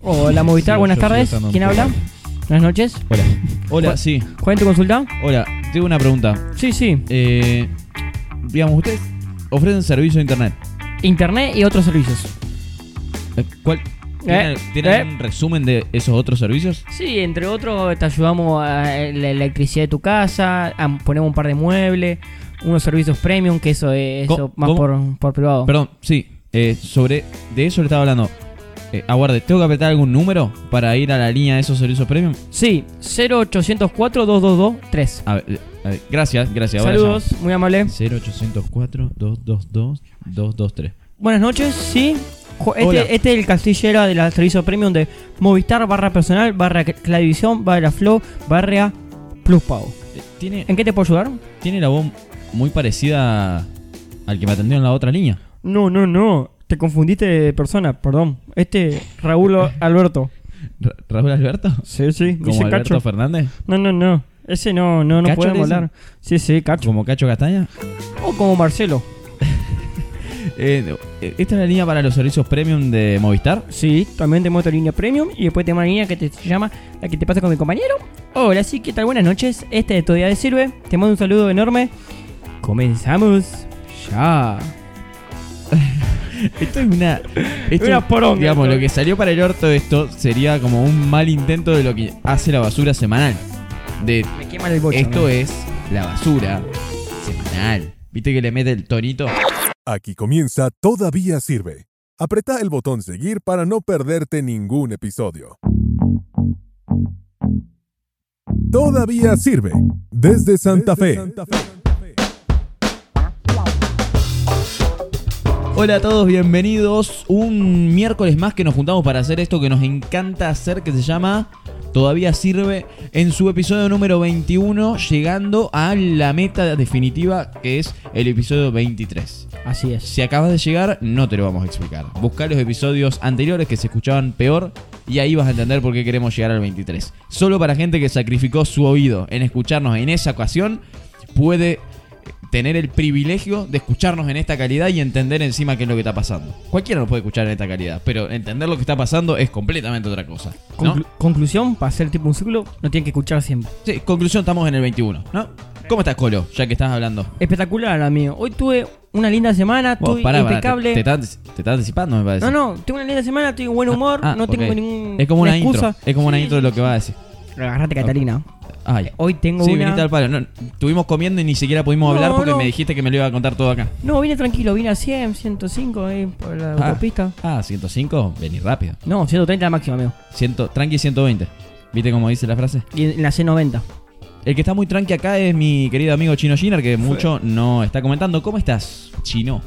Hola Movistar, Sí, buenas yo estoy tardes. estando en ¿Quién pedo. habla? Buenas noches. Hola. Cu- Hola, sí. ¿Cuál es tu consulta? Hola, tengo una pregunta. Sí, sí. Eh, digamos, ustedes ofrecen servicio de internet. Internet y otros servicios. Eh, ¿Cuál? ¿Tienen, Eh, tienen eh. un resumen de esos otros servicios? Sí, entre otros te ayudamos a eh, la electricidad de tu casa, a- ponemos un par de muebles, unos servicios premium, que eso es eso ¿Cómo- más por, por privado. Perdón, sí. eh, sobre. De eso le estaba hablando. Eh, aguarde, ¿tengo que apretar algún número para ir a la línea de esos servicios premium? Sí, 0804-222-3. A ver, eh, a ver, gracias, gracias. ahora Saludos, muy amable. llamo. 0804-222-223. Buenas noches, sí. Jo- Hola. Este, este es el castillero del servicio premium de Movistar barra personal barra cl- Clavivisión barra Flow barra Plus Pago. Eh, ¿Tiene, ¿En qué te puedo ayudar? tiene la voz muy parecida al que me atendió en la otra línea. No, no, no. Te confundiste de persona, perdón. Este, Raúl Alberto. Ra- ¿Raúl Alberto? Sí, sí, ¿Como dice Alberto Cacho. Fernández? No, no, no. Ese no, no, no ¿Cacho le podemos dicen? hablar. Sí, sí, Cacho. ¿Como Cacho Castaña? O como Marcelo. Eh, no, eh, ¿Esta es la línea para los servicios premium de Movistar? Sí, también tenemos otra línea premium y después tenemos una línea que te llama la que te pasa con mi compañero. Hola, sí, ¿qué tal? Buenas noches. Este es tu día de sirve. Te mando un saludo enorme. Comenzamos ya. Ah. Esto es una. Esto, Una poronga, Digamos, esto. lo que salió para el orto de esto sería como un mal intento de lo que hace la basura semanal. De Me quema el bocho. esto es la basura semanal. ¿Viste que le mete el tonito? Aquí comienza Todavía Sirve. Apreta el botón seguir para no perderte ningún episodio. Todavía Sirve. Desde Santa Fe. Hola a todos, bienvenidos. Un miércoles más que nos juntamos para hacer esto que nos encanta hacer, que se llama Todavía Sirve, en su episodio número 21, llegando a la meta definitiva, que es el episodio 23. Así es. Si acabas de llegar, no te lo vamos a explicar. Busca los episodios anteriores que se escuchaban peor y ahí vas a entender por qué queremos llegar al 23. Solo para gente que sacrificó su oído en escucharnos en esa ocasión, puede eh, tener el privilegio de escucharnos en esta calidad y entender encima qué es lo que está pasando. Cualquiera nos puede escuchar en esta calidad, pero entender lo que está pasando es completamente otra cosa. ¿no? Conclu- Conclusión, para hacer tipo un ciclo, no tienen que escuchar siempre. Sí, conclusión, estamos en el 21, ¿no? ¿Cómo estás, Colo? Ya que estás hablando. Espectacular, amigo. Hoy tuve una linda semana, Vos, estuve pará, pará, impecable. te, te estás- te estás anticipando, me no, parece. no, tengo una linda semana, estoy en buen humor, Ah, no ok. tengo ningún Es como una excusa. intro. Es como una intro de lo que va a decir. Agarrate, Catalina. Ay. Hoy tengo sí, una. viniste al palo. No, estuvimos comiendo y ni siquiera pudimos No, hablar porque no. me dijiste que me lo iba a contar todo acá. No, vine tranquilo, vine a 100, 105 ahí por la autopista. Ah, 105, vení rápido. No, 130 al máximo, amigo. 100, tranqui 120. ¿Viste cómo dice la frase? Y en la C90. El que está muy tranqui acá es mi querido amigo Chino Giner, que mucho no está comentando. ¿Cómo estás, Chino?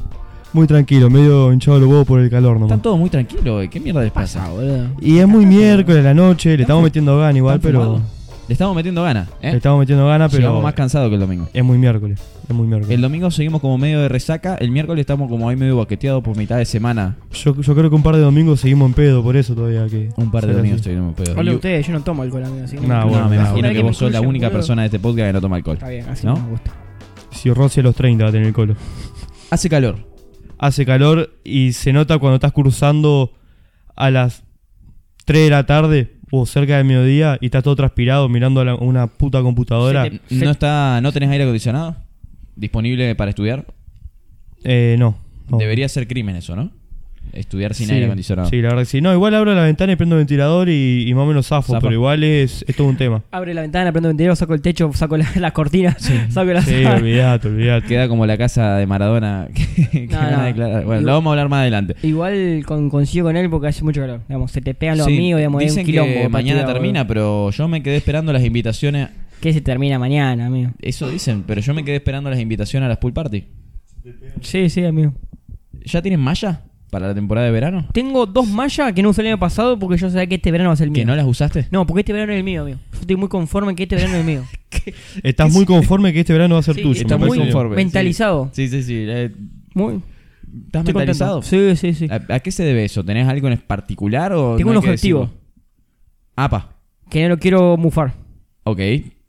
Muy tranquilo, medio hinchado los huevos por el calor nomás. Están todos muy tranquilos, hoy. ¿qué mierda les pasa? boludo. Y es muy miércoles la noche, le estamos metiendo ganas igual, ¿Están pero. fumados? Le estamos metiendo ganas, Le ¿eh? estamos metiendo ganas, Llegamos pero. más cansados que el domingo. Es muy miércoles, es muy El miércoles. domingo seguimos como medio de resaca, el miércoles estamos como ahí medio boqueteados por mitad de semana. Yo, yo creo que un par de domingos seguimos en pedo, por eso todavía que. Un par de sale domingos así. estuvimos pedos. Hola Y- ustedes, yo no tomo alcohol, amigo. Así que Nah, no, Ah, no, bueno, me no. imagino Una que, vez que me vos sos la incluyan, única boludo. persona de este podcast que no toma alcohol. Está bien, así ¿No? me gusta. Si Rossi a los 30 va a tener el colo. Hace calor. Hace calor y se nota cuando estás cruzando a las 3 de la tarde o cerca del mediodía y estás todo transpirado mirando a la- una puta computadora. Se te- Sí. ¿No está, no tenés aire acondicionado? ¿Disponible para estudiar? Eh, no. no. Debería ser crimen eso, ¿no? Estudiar sin Sí, aire acondicionado. Sí, la verdad que sí. No, igual abro la ventana y prendo el ventilador y, y más o menos zafo, Zafa. pero igual es, es todo un tema. Abre la ventana, prendo el ventilador, saco el techo, saco la- las cortinas, saco las. Sí, olvidate, olvidate. Queda como la casa de Maradona que, que No, van a no. declarar. Bueno, Igual- lo vamos a hablar más adelante. Igual con, consigo con él porque hace mucho calor. Digamos, se te pegan los Sí, amigos, digamos, es dicen un quilombo. pues, que para mañana estudiar, termina, pero yo me quedé esperando las invitaciones. boludo. Que se termina mañana, amigo. Eso dicen, pero yo me quedé esperando las invitaciones a las pool party. Sí, sí, amigo. ¿Ya tienen malla para la temporada de verano? Tengo dos mallas que no usé el año pasado porque yo sabía que este verano va a ser el mío. ¿Que no las usaste? No, porque este verano es el mío, amigo. Yo estoy muy conforme en que este verano es el mío. Estás muy conforme que este verano va a ser Sí, tuyo. está me muy parece bien. conforme. Mentalizado. Sí, sí, sí. eh, Muy. ¿Estás estoy mentalizado? contento. Sí, sí, sí. ¿A, a qué se debe eso? ¿Tenés algo en particular o Tengo no un hay que objetivo. decirlo? Apa, Que no lo quiero mufar. ok.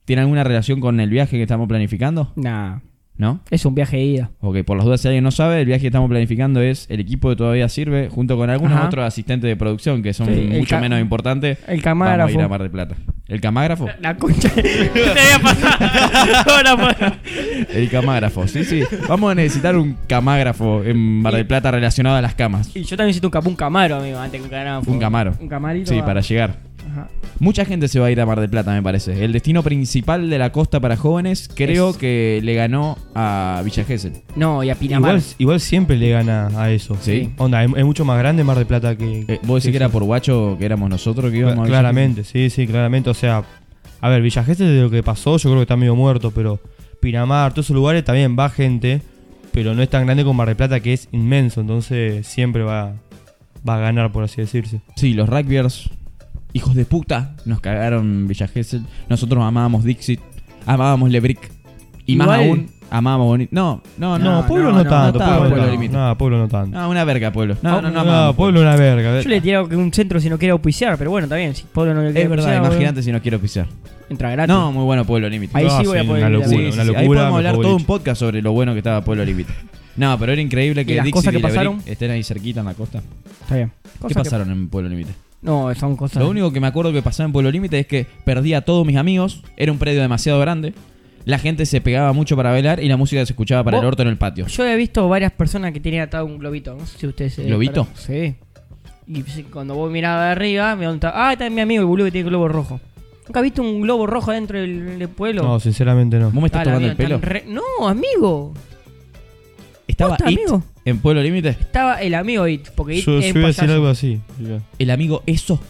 ¿Tiene alguna relación con el viaje que estamos planificando? Nah. ¿no? Es un viaje de ida. Ok, por las dudas, si alguien no sabe, el viaje que estamos planificando es el equipo que todavía sirve, junto con algunos Ajá. otros asistentes de producción que son Sí, el mucho ca- menos importantes. El Vamos a camarógrafo. ir a Mar del Plata. ¿El camágrafo? La concha. te había pasado. Ahora, pues. El camágrafo, sí, sí. Vamos a necesitar un camágrafo en Mar del Plata relacionado a las camas. Y yo también necesito un, cap- un camaro, amigo, antes que un camarógrafo. Un camaro. Un camarito. Sí, va. para llegar. Ajá. Mucha gente se va a ir a Mar del Plata, me parece. El destino principal de la costa para jóvenes creo Es- que le ganó a Villa Gesell. No, y a Pinamar. Igual, igual siempre le gana a eso. Sí. Onda, es, es mucho más grande Mar de Plata que. Eh, ¿Vos decís que era por guacho que éramos nosotros que íbamos a Villa Claramente, sí, sí, claramente. O sea, a ver, Villa Gesell de lo que pasó, yo creo que está medio muerto, pero Pinamar, todos esos lugares también va gente, pero no es tan grande como Mar del Plata, que es inmenso, entonces siempre va, va a ganar, por así decirse. Gesell? Sí, los rugbyers, hijos de puta, nos cagaron Villa Gesell. Nosotros amábamos Dixit, amábamos Lebrick. Y más Igual- aún, amábamos Bonito. No, no, no. No, no, pueblo no, no, no, tanto, no está pueblo, Pueblo no, Límite. no, pueblo no tanto. Ah, una verga, pueblo. No, no, no, amábamos pueblo una verga. eh, Yo le tiro que un centro si no quiero auspiciar, pero bueno, está bien. Si Pablo no le quiere Es verdad, auspiciar, imagínate si no quiero pisar. bueno, Entra gratis. No, muy bueno Pueblo Límite. Ahí No, sí voy a sí, poder una ir a- locura, Sí, sí, una sí. locura. Ahí podemos hablar mejor todo un dicho. podcast sobre lo bueno que estaba Pueblo Límite. No, pero era increíble que Y las Dixie cosas que y Lebrick pasaron. estén ahí cerquita en la costa. Está bien. ¿Qué Cosas que- pasaron en Pueblo Límite? No, son cosas. Lo único que me acuerdo que pasaba en Pueblo Límite es que perdí a todos mis amigos, era un predio demasiado grande, la gente se pegaba mucho para bailar y la música se escuchaba para el ¿Vos? orto en el patio. Yo he visto varias personas que tienen atado un globito. No sé si ustedes. se- ¿Globito? para- Sí. Y si- cuando vos mirabas de arriba, me preguntaba, ah, está mi amigo el boludo que tiene globo rojo. ¿Nunca has visto un globo rojo dentro del, del pueblo? No, sinceramente no. ¿Vos me estás Ah, la tomando mía, el pelo? tan re- No, amigo. ¿Estaba ¿Posta, It amigo? en Pueblo Límite? Estaba el amigo It, porque It Yo, es yo un iba a decir eh, payaso. algo así. ¿El amigo Eso?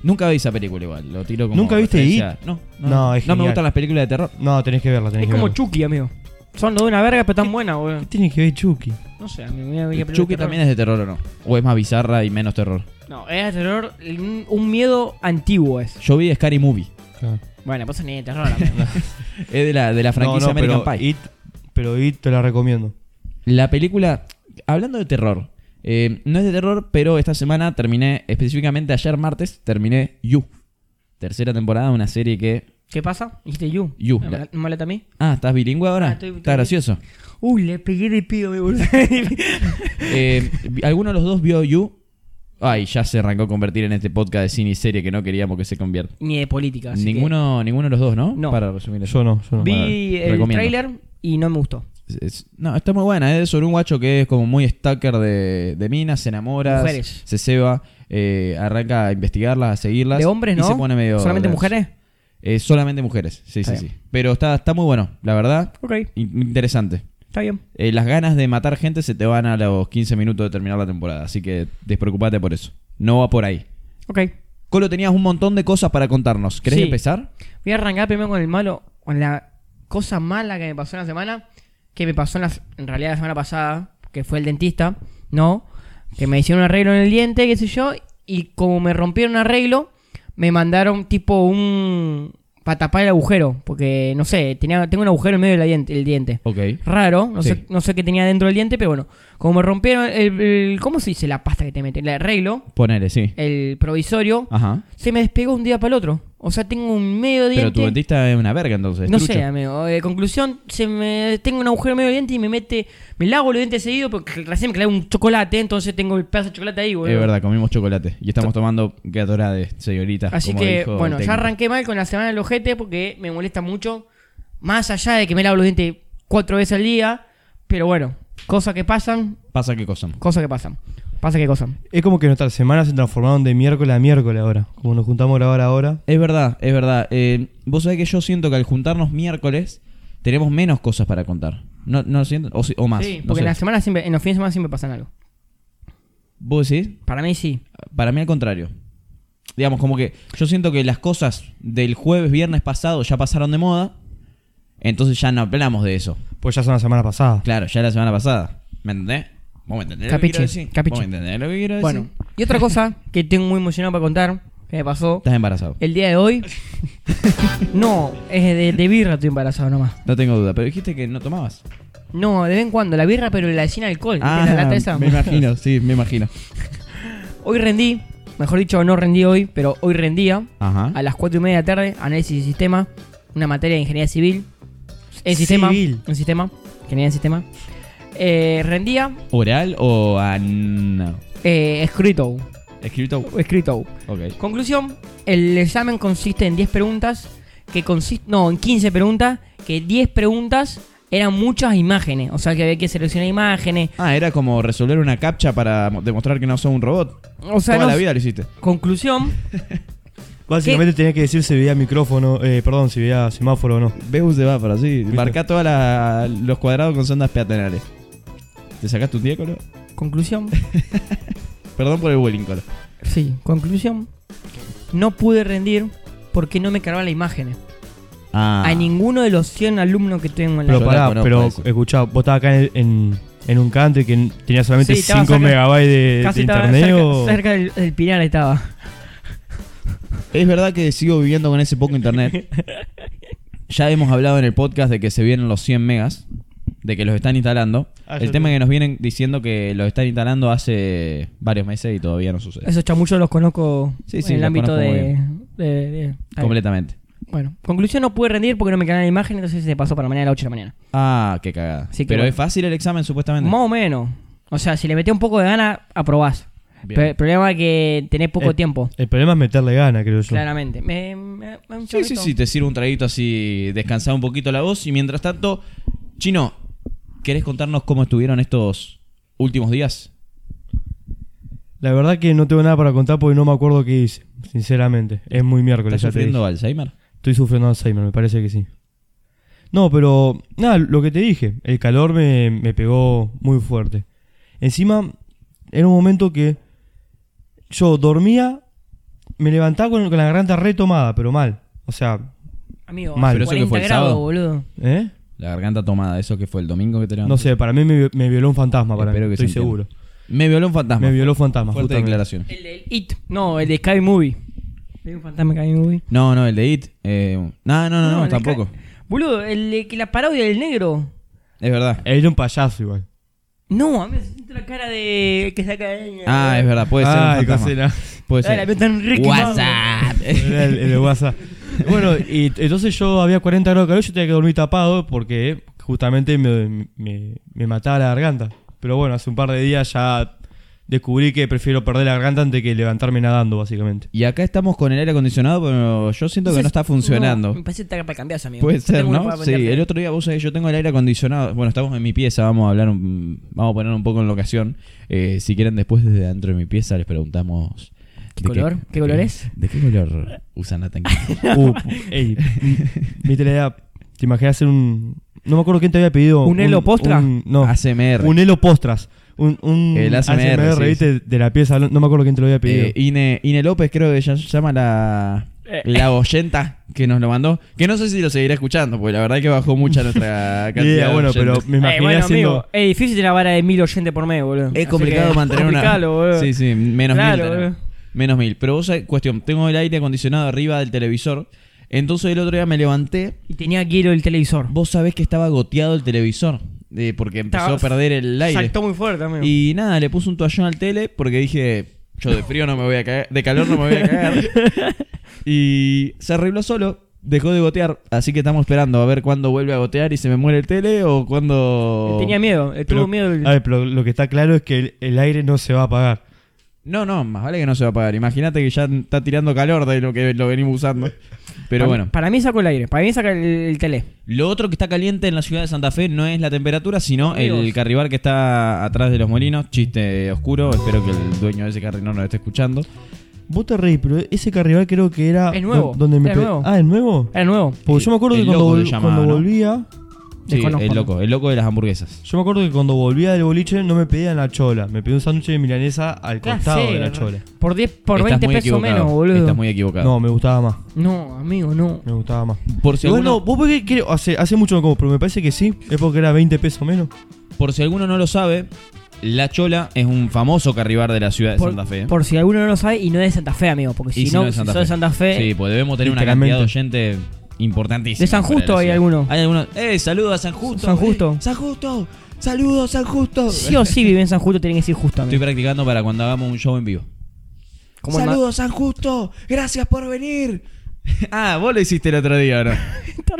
Nunca vi esa película igual, lo tiro como ¿Nunca viste referencia. No, no, No, no. es No me genial. gustan las películas de terror. No, tenés que verla, tenés Es que como verla. Chucky, amigo. Son dos de una verga, pero tan buenas, boludo. ¿Qué tiene que ver Chucky? No sé, amigo. mira, mira, Chucky terror. también es de terror o no? ¿O es más bizarra y menos terror? No, es de terror, un, un miedo antiguo es. Yo vi Scary Movie. Claro. Bueno, pasa ni de terror, amigo. Es de la, de la franquicia No, no, American pero Pie. It, pero It te la recomiendo. La película, hablando de terror, eh, no es de terror, pero esta semana terminé, específicamente ayer martes, terminé You. Tercera temporada de una serie que... ¿Qué pasa? Dijiste You. You, Ah, la- ¿me- ¿Me lata a mí? Ah, ¿estás bilingüe ahora? Ah, estoy- estoy- Está gracioso. Uy, le pegué de pido, mi boludo. Eh, vi- ¿Alguno de los dos vio You? Ay, ya se arrancó a convertir en este podcast de cine y serie que no queríamos que se convierta. Ni de política. así que- Ninguno, ninguno de los dos, ¿no? No. Para resumir eso. Yo no, yo no. Vi Bueno, el recomiendo. tráiler y no me gustó. Es- es- no, está muy buena. Es sobre un guacho que es como muy stalker de, de minas, se enamora, Mujeres. se ceba, eh, arranca a investigarlas, a seguirlas. ¿De hombres y no? se pone medio ¿Solamente denso. mujeres? Eh, solamente mujeres, sí, Está sí, bien. sí. Pero está, está muy bueno, la verdad. Ok, in- Interesante. está bien. Eh, las ganas de matar gente se te van a los 15 minutos de terminar la temporada, así que despreocupate por eso. No va por ahí. Ok. Colo, tenías un montón de cosas para contarnos. ¿Querés Sí. empezar? Voy a arrancar primero con el malo, con la cosa mala que me pasó en la semana, que me pasó en, la, en realidad la semana pasada, que fue el dentista, ¿no? Que me hicieron un arreglo en el diente, qué sé yo, y como me rompieron un arreglo, me mandaron tipo un... para tapar el agujero, porque no sé, tenía, tengo un agujero en medio del diente. El diente. Ok. Raro, no, Sí. sé, no sé qué tenía dentro del diente, pero bueno, como me rompieron el, el- ¿Cómo se dice la pasta que te meten? El arreglo, Ponele, sí. el provisorio, Ajá. se me despegó un día para el otro. O sea, tengo un medio diente. Ah. Pero tu dentista es una verga entonces. No trucho. sé, amigo. Eh, conclusión, se me tengo un agujero medio diente y me mete. Me lavo los dientes seguido porque recién me clavé un chocolate, entonces tengo el pedazo de chocolate ahí, boludo. Es verdad, comimos chocolate y estamos tomando gatorade, señorita. Así como que, dijo el bueno, ya técnico. arranqué mal con la semana del ojete porque me molesta mucho. Más allá de que me lavo los dientes cuatro veces al día. Pero bueno, cosas que pasan, Pasa qué cosa. cosas que pasan. Pasa que cosas. Es como que nuestras semanas se transformaron de miércoles a miércoles ahora. Como nos juntamos a grabar ahora. Es verdad, es verdad. Eh, Vos sabés que yo siento que al juntarnos miércoles tenemos menos cosas para contar. ¿No, no lo siento? O, si- o más. sí, no porque sé. en la semana siempre, en los fines de semana siempre pasan algo. ¿Vos decís? Para mí sí. Para mí al contrario. Digamos, como que yo siento que las cosas del jueves, viernes pasado ya pasaron de moda. Entonces ya no hablamos de eso. Pues ya son la semana pasada. Claro, ya la semana pasada. ¿Me entendés? ¿Vos me entendés lo que Capiche, quiero decir? capiche. ¿Vos me entendés lo que quiero decir? Bueno, y otra cosa que tengo muy emocionado para contar, que me pasó. Estás embarazado. El día de hoy. no, es de, de birra estoy embarazado nomás. No tengo duda, pero dijiste que no tomabas. No, de vez en cuando, la birra, pero la sin alcohol. ¿viste? la lata esa. Ah, me imagino, sí, me imagino. Hoy rendí, mejor dicho, no rendí hoy, pero hoy rendía. Ajá. A las 4 y media de la tarde, análisis de Eh, sistema, una materia de ingeniería civil. En sistema. Civil. En sistema. genial el sistema. Eh, rendía ¿Oral o an... eh, escrito. escrito? Escrito. Ok. Conclusión, el examen consiste en 10 preguntas, que consiste, no, en 15 preguntas, que 10 preguntas eran muchas imágenes, o sea que había que seleccionar imágenes, Ah, era como resolver una captcha para mo- demostrar que no sos un robot. o sea, Toda no- la vida lo hiciste. conclusión, Básicamente tenía que decir si veía micrófono, eh, perdón, si veía semáforo o no. Beus de Báfaro, sí. Marcá todos los cuadrados con sondas peatonales. ¿Te sacaste un 10, Colo? conclusión, Perdón por el bullying, Colo. sí, conclusión, no pude rendir porque no me cargaba la imagen. Ah. A ninguno de los 100 alumnos que tengo en la Pero yo escuela. la pará, conozco pero esa. escuchá, vos estabas acá en, el- en- en un country que n- tenía solamente Sí, estaba 5 cerca- megabytes de, eh, de Casi estaba internet cerca, o... cerca del, del Pinar estaba. Es verdad que sigo viviendo con ese poco internet. ya hemos hablado en el podcast de que se vienen los 100 megas, de que los están instalando. Ah, el yo tema te- es que nos vienen diciendo que los están instalando hace varios meses y todavía no sucede. Esos chamuchos los conozco Sí, sí, en el los ámbito conozco muy de, de- de- ahí. Completamente. Bueno, conclusión no pude rendir porque no me quedaba la imagen, entonces se pasó para mañana a las 8 de la mañana. Ah, qué cagada. Sí, que Pero bueno. es fácil el examen, supuestamente. Más o menos. O sea, si le metés un poco de gana, aprobás. Bien. Pero el problema es que tenés poco Eh, tiempo, El problema es meterle gana, creo yo. claramente. Me, me- me- un Sí, sí, chorrito. sí, te sirve un traguito así, descansar un poquito la voz. Y mientras tanto, Chino, ¿querés contarnos cómo estuvieron estos últimos días? La verdad que no tengo nada para contar porque no me acuerdo qué hice, sinceramente. Es muy miércoles. ¿Estás ya te sufriendo Alzheimer? dije. Estoy sufriendo Alzheimer, me parece que sí. No, pero nada, lo que te dije, el calor me, me pegó muy fuerte. Encima, era un momento que yo dormía, me levantaba con, con la garganta retomada, pero mal. O sea, Amigo, Mal. hace Pero eso 40 que fue el grados, sábado. boludo. ¿eh? La garganta tomada, eso que fue el domingo que te No levantaste. sé, para mí me, me violó un fantasma, para Espero mí, que se estoy entienda. seguro. Me violó un fantasma. Me violó un fantasma, Fuerte justamente. declaración. El del It. No, el de Sky Movie. Hay un fantasma Sky Movie. No, no, el de It. eh, no, no, no, no, el de tampoco. Sky- Boludo, el de que la parodia del negro. Es verdad. Era un payaso igual. No, a mí me siento la cara de que saca. Ah, es verdad, puede ser. un Ay, fantasma. cosena. Puede Ah, la ser. meta en Ricky WhatsApp. Era el, el de WhatsApp. Bueno, y t- entonces yo había 40 grados de calor, yo tenía que dormir tapado porque justamente me, me- me mataba la garganta. Pero bueno, hace un par de días ya descubrí que prefiero perder la garganta antes que levantarme nadando, básicamente. Y acá estamos con el aire acondicionado, pero yo siento que no está funcionando. me parece que está para cambiarse, amigo. Puede ser, Tengo uno ¿no? para Sí, venderte. el otro día vos sabés, yo tengo el aire acondicionado. Bueno, estamos en mi pieza, vamos a hablar, un- vamos a poner un poco en locación. Eh, si quieren, después desde dentro de mi pieza les preguntamos. ¿Qué de color? ¿Qué color es? ¿De qué color usan la tanquita? Uh, ey, mm, viste la idea, te imaginas hacer un... No me acuerdo quién te había pedido. ¿Un helo postra? un- no, ACMR. un helo postras. Un, un El ASMR, sí, ¿viste? de la pieza, no me acuerdo quién te lo había pedido. Eh, Ine, Ine López, creo que ya se llama la, Eh. la oyenta que nos lo mandó. Que no sé si lo seguirá escuchando, porque la verdad que bajó mucha nuestra Ni cantidad. idea, de bueno, pero oyentes. me imaginé Eh, bueno, haciendo... amigo, es difícil tener una vara de mil oyentes por mes, boludo. Así Es complicado que- mantener complicalo, una. boludo. Sí, sí, menos Claro, mil. tenemos. boludo. Menos mil. Pero vos sabés, cuestión, tengo el aire acondicionado arriba del televisor. Entonces el otro día me levanté. Y tenía quiero el televisor. Vos sabés que estaba goteado el televisor. eh, porque empezó Estaba- a perder el aire. Saltó muy fuerte, amigo. Y nada, le puse un toallón al tele porque dije, yo de frío no me voy a cagar, de calor no me voy a cagar. y se arregló solo, dejó de gotear, así que estamos esperando a ver cuándo vuelve a gotear y se me muere el tele o cuándo... Él tenía miedo, él Pero- tuvo miedo. del- A ver, pero lo que está claro es que el, el aire no se va a apagar. No, no, más vale que no se va a apagar. Imagínate que ya está tirando calor de lo que lo venimos usando. Pero para, bueno, Para mí sacó el aire, para mí saca el, el tele. lo otro que está caliente en la ciudad de Santa Fe no es la temperatura, sino el Amigos. carribar que está atrás de los molinos. Chiste oscuro, espero que el dueño de ese carril no nos esté escuchando. Vos te reís, pero ese carrival creo que era. Es nuevo, do- Donde me es pe- nuevo. Ah, ¿es nuevo? Era nuevo. Porque El- yo me acuerdo Eh, el que cuando, loco se vol- llamaba, cuando ¿no? volvía. Sí, Desconozco, el ¿no? loco, el loco de las hamburguesas. Yo me acuerdo que cuando volvía del boliche no me pedía la chola. Me pedía un sándwich de milanesa al ¿Qué costado hacer? de la chola. Por 10, por Estás 20 muy pesos equivocado. menos, boludo. Estás muy equivocado. No, me gustaba más. No, amigo, no. Me gustaba más. Por si, Igual no, alguno, vos porque creo- hace, hace mucho no como, pero me parece que sí. Es porque era 20 pesos menos. por si alguno no lo sabe, La Chola es un famoso carribar de la ciudad de Por, Santa Fe. ¿eh? por si alguno no lo sabe, y no es de Santa Fe, amigo. Porque Y si, no, es si sos de Santa Fe. Sí, pues debemos tener una cantidad Literalmente. de oyentes importantísima. De San para Justo la hay ciudad. alguno. Hay algunos. ¡Eh, saludos a San Justo! San Justo. eh, ¡San Justo! ¡Saludos, San Justo! Sí o sí vive en San Justo, tienen que decir justo, Estoy amigo. practicando para cuando hagamos un show en vivo. el ma- ¡Saludos, San Justo! ¡Gracias por venir! Ah, vos lo hiciste el otro día, ¿o ¿no? está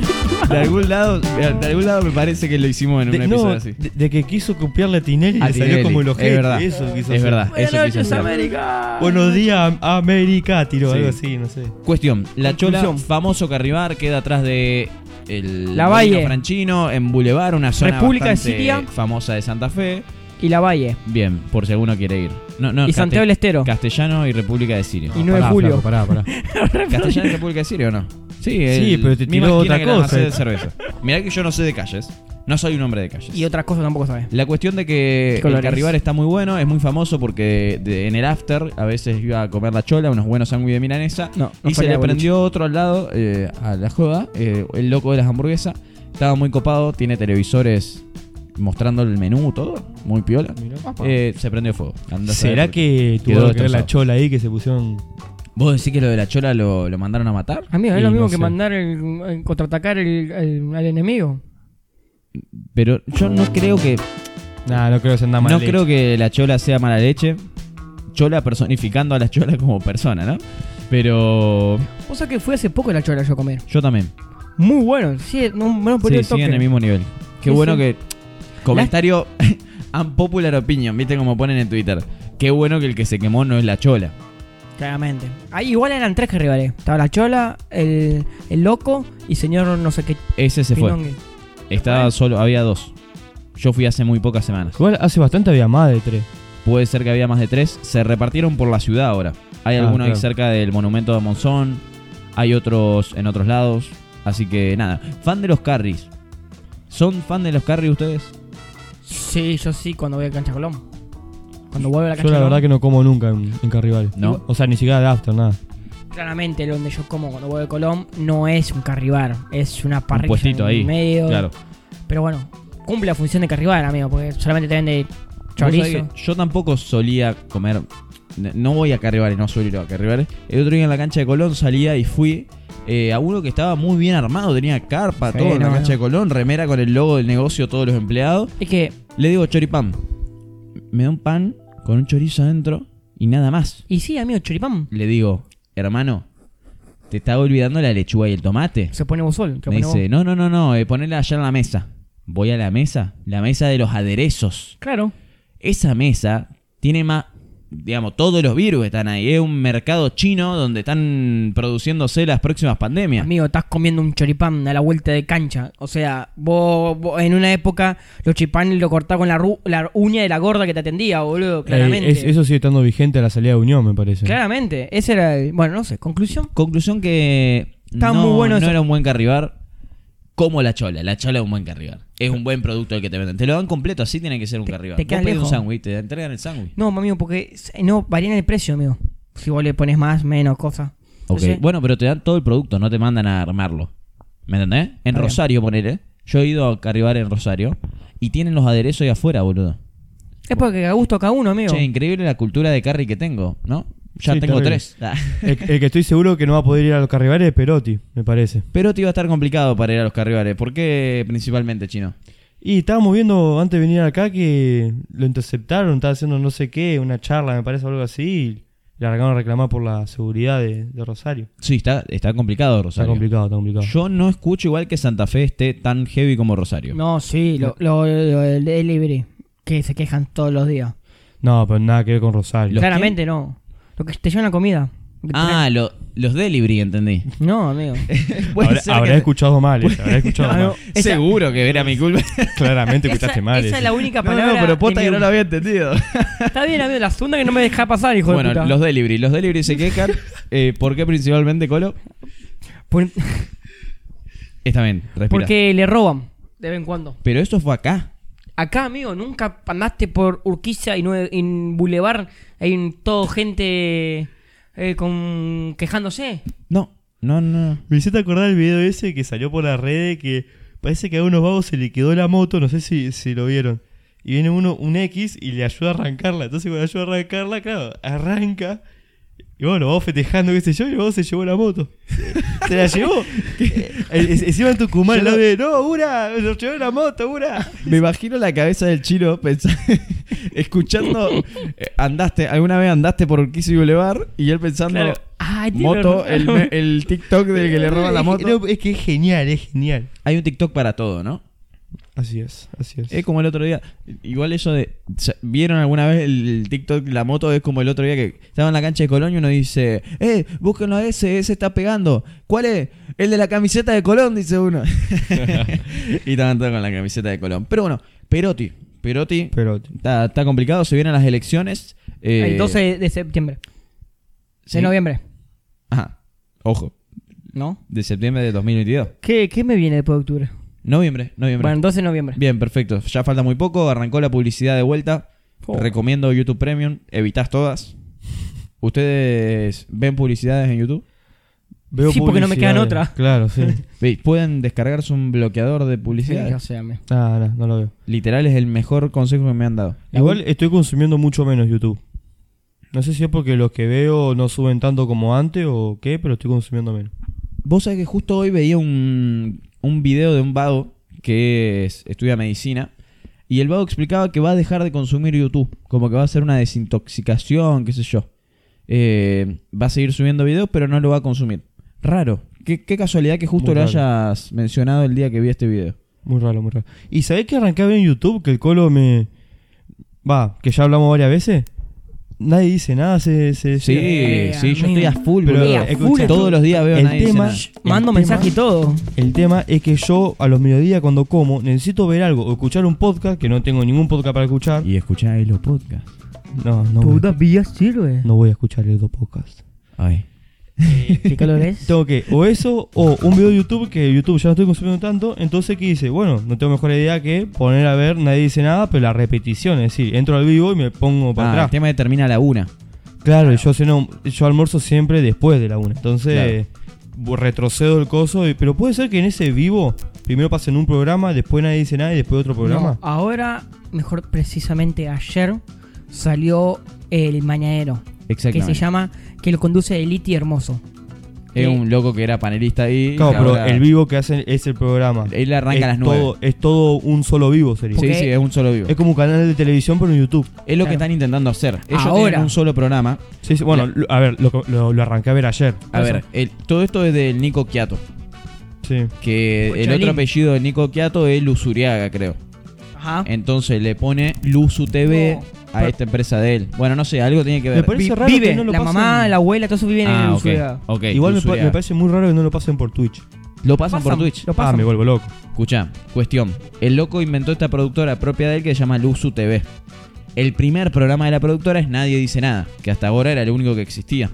re- De algún lado, de algún lado me parece que lo hicimos en un De, no, episodio así. de- de que quiso copiarle a Tinelli y A le salió Tinelli, como el es ojete. verdad, Eso quiso es hacer. verdad. Buenas eso quiso noches, hacer. América. Buenos días, América, tiró Sí. algo así, no sé. Cuestión, la Chola, Conclusión. famoso Carribar, queda atrás de el La Molino Valle. Franchino, en Boulevard, una zona República de bastante Siria. famosa de Santa Fe. Y la Valle. Bien, por si alguno quiere ir. No, no, y Ah, Cate- Santiago del Estero. Castellano y República de Siria. Y 9 de julio. pará, pará. ¿Castellano y República de Siria o no? Sí, Sí, el- pero te misma esquina tiró otra que la cosa. Mercedes de cerveza. Mirá que yo no sé de calles. No soy un hombre de calles. Y otras cosas tampoco sabes. La cuestión de que ¿Qué color el Carribar es? está muy bueno, es muy famoso porque de- en el after a veces iba a comer la chola, unos buenos sándwiches de milanesa. No, no y se fue la le boliche. prendió otro al lado, eh, a la joda, eh, el loco de las hamburguesas. Estaba muy copado, tiene televisores mostrando el menú, todo, muy piola. Eh, se prendió fuego. Andá a saber ¿Será por qué. Quedó que tuvo que ver destrozado. la chola ahí que se pusieron. ¿Vos decís que lo de la chola lo, lo mandaron a matar? Amigo, es Y lo no mismo que sé. mandar el, el- contraatacar el- el- al enemigo. Pero yo no creo que Nah, no creo que se anda mal. No hecho. creo que la chola sea mala leche. Chola personificando a la chola como persona, ¿no? Pero O sea que fui hace poco la chola yo a comer. yo también. Muy bueno. Sí, no me lo ponía Sí, el toque. siguen en el mismo nivel. Sí, Qué bueno sí. que. Comentario unpopular opinion, ¿viste como ponen en Twitter? Qué bueno que el que se quemó no es la chola. Claramente. Ahí igual eran tres que rivalé. Estaba la chola, el, el loco y señor no sé qué. Ese se fue. pinongue. Estaba solo, había dos. Yo fui hace muy pocas semanas. Igual hace bastante había más de tres. Puede ser que había más de tres. Se repartieron por la ciudad ahora. Hay Ah, algunos ahí claro. cerca del monumento de Monzón. Hay otros en otros lados. Así que nada. Fan de los carries. ¿Son fan de los carries ustedes? Sí, yo sí, cuando voy a Cancha Colón. Cuando vuelvo a la Yo Cancha la Colón. verdad que no como nunca en, en Carrival. No. O sea, ni siquiera de after, nada. Claramente, donde yo como cuando vuelvo de Colón no es un carribar. Es una parrilla. puestito en ahí, Medio. Claro. Pero bueno, cumple la función de carribar, amigo, porque solamente te vende Vos chorizo. sabés que Yo tampoco solía comer. n- No voy a Carribares, no suelo ir a Carribares. El otro día en la cancha de Colón salía y fui eh, a uno que estaba muy bien armado. Tenía carpa, Sí, todo en la no, cancha no. de Colón, remera con el logo del negocio, todos los empleados. Es que, Le digo choripán. Me da un pan con un chorizo adentro y nada más. y sí, amigo, choripán. Le digo, hermano, te estaba olvidando la lechuga y el tomate. Se pone vos sol. Me dice, no, no, no, no, eh, ponela allá en la mesa. Voy a la mesa, la mesa de los aderezos. Claro. Esa mesa tiene más, digamos, todos los virus están ahí. Es un mercado chino donde están produciéndose las próximas pandemias. Amigo, estás comiendo un choripán a la vuelta de cancha. O sea, vos, vos en una época los choripanes lo cortás con la, ru- la uña de la gorda que te atendía, boludo. Claramente. Eh, es- eso sigue estando vigente a la salida de Unión, me parece. Claramente. Ese era el... Bueno, no sé. ¿Conclusión? Conclusión que Está no, muy bueno no eso. era un buen carribar como la chola. La chola es un buen carribar. Es un buen producto el que te venden. Te lo dan completo, así tiene que ser un Te- carribar. te Vos quedas pedís un lejos. sándwich, te entregan el sándwich. No, amigo, porque es- no varían el precio, amigo. Si vos le pones más, menos, cosas. Ok, Entonces, bueno, pero te dan todo el producto, no te mandan a armarlo. ¿Me entendés? En bien. Rosario, ponele. Yo he ido a carribar en Rosario y tienen los aderezos ahí afuera, boludo. Es porque a gusto cada uno, amigo. Che, increíble la cultura de carry que tengo, ¿no? Ya Sí, tengo terrible. Eh, tres. Ah. El, el que estoy seguro que no va a poder ir a los Carribares es Perotti, me parece. Pero te iba a estar complicado para ir a los carribares. ¿Por qué principalmente, chino? Y estábamos viendo antes de venir acá que lo interceptaron, estaba haciendo no sé qué, una charla, me parece, o algo así. Y le arrancaron a reclamar por la seguridad de, de Rosario. Sí, está, está complicado, Está Rosario. complicado, está complicado. Yo no escucho igual que Santa Fe esté tan heavy como Rosario. No, sí, lo, lo, lo del delivery. Que se quejan todos los días. No, pero nada que ver con Rosario. ¿Los Claramente no. Lo que te llevan la comida. Lo que te Ah, lo- los delivery, entendí. traen- No, amigo. Puede Habrá, ser habrá que- escuchado mal, eso, habrá escuchado mal. Esa- Seguro que era mi culpa. Claramente Esa, escuchaste mal. esa eso. es la única No, palabra. no, pero posta de que mi- no lo había entendido. Está bien, amigo, la segunda que no me deja pasar, hijo bueno, de puta. los delivery. Los delivery se quejan. eh, ¿Por qué principalmente, Colo? Por- Está bien, respira. porque le roban de vez en cuando. Pero esto fue acá. Acá, amigo, nunca andaste por Urquiza y no, en Boulevard. Hay un- todo gente eh, con quejándose. No, no, no. Me hiciste acordar el video ese que salió por la red que parece que a unos vagos se le quedó la moto, no sé si, si lo vieron. Y viene uno, un X, y le ayuda a arrancarla. Entonces cuando ayuda a arrancarla, claro, arranca. Y bueno, los vagos festejando, qué sé yo, y luego se llevó la moto. se la llevó. Eh, eh, Encima en Tucumán, Yo lo no- de, no, Ura, nos llevó la moto, Ura. Me imagino la cabeza del chino pensando. escuchando. eh, andaste, alguna vez andaste por Kissy Boulevard y él pensando. Claro. Ay, tiene Moto, razón. el, me- eh, el TikTok del que le roba la moto. No, Es que es genial, es genial. Hay un TikTok para todo, ¿no? Así es, así es. Es como el otro día. Igual eso de. sa- ¿Vieron alguna vez el TikTok, la moto? Es como el otro día que estaba en la cancha de Colón y uno dice: ¡Eh, búsquenlo a ese! Ese está pegando. ¿Cuál es? El de la camiseta de Colón, dice uno. y estaban todos con la camiseta de Colón. Pero bueno, Perotti. Perotti. Pero Está, está complicado, se vienen las elecciones. eh, El 12 de septiembre. sí. De noviembre, Ajá. Ojo, ¿no? de septiembre de 2022. ¿Qué, qué me viene después de octubre? Noviembre, noviembre. Bueno, 12 de noviembre. Bien, perfecto. Ya falta muy poco. Arrancó la publicidad de vuelta. Oh. Recomiendo YouTube Premium. Evitás todas. ¿Ustedes ven publicidades en YouTube? veo Sí, porque no me quedan publicidades. otra. Claro, sí. Ve, Pueden descargarse un bloqueador de Sí, publicidades. o sea, me- Ah, no, no lo veo. Literal es el mejor consejo que me han dado. Igual estoy consumiendo mucho menos YouTube. No sé si es porque los que veo no suben tanto como antes o qué, pero estoy consumiendo menos. Vos sabés que justo hoy veía un, un video de un vago que es- estudia medicina. Y el vago explicaba que va a dejar de consumir YouTube. Como que va a hacer una desintoxicación, qué sé yo. Eh, va a seguir subiendo videos, pero no lo va a consumir. Raro. Qué, qué casualidad que justo Muy lo raro. hayas mencionado el día que vi este video. Muy raro, muy raro. ¿Y sabés que arranqué a ver en YouTube que el colo me. Va, que ya hablamos varias veces. Nadie dice nada, se. se Sí, Sí, sí, yo amigo. estoy a full, Pero, boludo. a full Escucha, Todos estoy- los días veo a el nadie dice tema- nada. Mando El mensaje y tema- todo. El tema es que yo a los mediodías cuando como necesito ver algo o escuchar un podcast, que no tengo ningún podcast para escuchar. Y escuchá ahí los podcasts. No, no, voy, Todavía sirve. no voy a escuchar el dos podcasts. Ay. ¿Qué calor es? Eh, Tengo que, o eso, o un video de YouTube, que YouTube ya no estoy consumiendo tanto, entonces ¿qué hice? Bueno, no tengo mejor idea que poner a ver, nadie dice nada, pero la repetición, es decir, entro al vivo y me pongo para Ah, el atrás. tema de termina a la una. Claro, y yo ceno- yo almuerzo siempre después de la una. Entonces bu- retrocedo el coso. y- pero puede ser que en ese vivo primero pasen un programa, después nadie dice nada y después otro programa. No, ahora, mejor precisamente ayer, salió El Mañanero. Que Exactamente. se llama, que lo conduce Eliti Hermoso. Es un loco que era panelista ahí. claro, que pero ahora- el vivo que hacen es el programa. Él arranca es, a las nueve. todo, es todo un solo vivo, sería. Sí, Porque- sí, es un solo vivo. Es como un canal de televisión, pero en YouTube. Es lo que Claro. están intentando hacer. Ellos Ahora. tienen un solo programa. Sí, sí, bueno, lo- a ver, lo, lo- lo arranqué a ver ayer. A ver, el- todo esto es del Nico Quiato. Sí. Que el Cocholín. otro apellido del Nico Quiato es Luzuriaga, creo. Ah. Ajá. Entonces le pone Luzu TV No. a esta empresa de él. Bueno, no sé, algo tiene que ver. Me parece Vi- raro vive, que no lo la pasen- mamá, la abuela, todos viven en Ah, el ok, ok, Igual me, pa- Luzuriaga. me parece muy raro que no lo pasen por Twitch. Lo pasan por Twitch. Lo Ah, pasan. me vuelvo loco. Escucha, cuestión. El loco inventó esta productora propia de él que se llama Luzu TV. El primer programa de la productora es Nadie Dice Nada, que hasta ahora era el único que existía.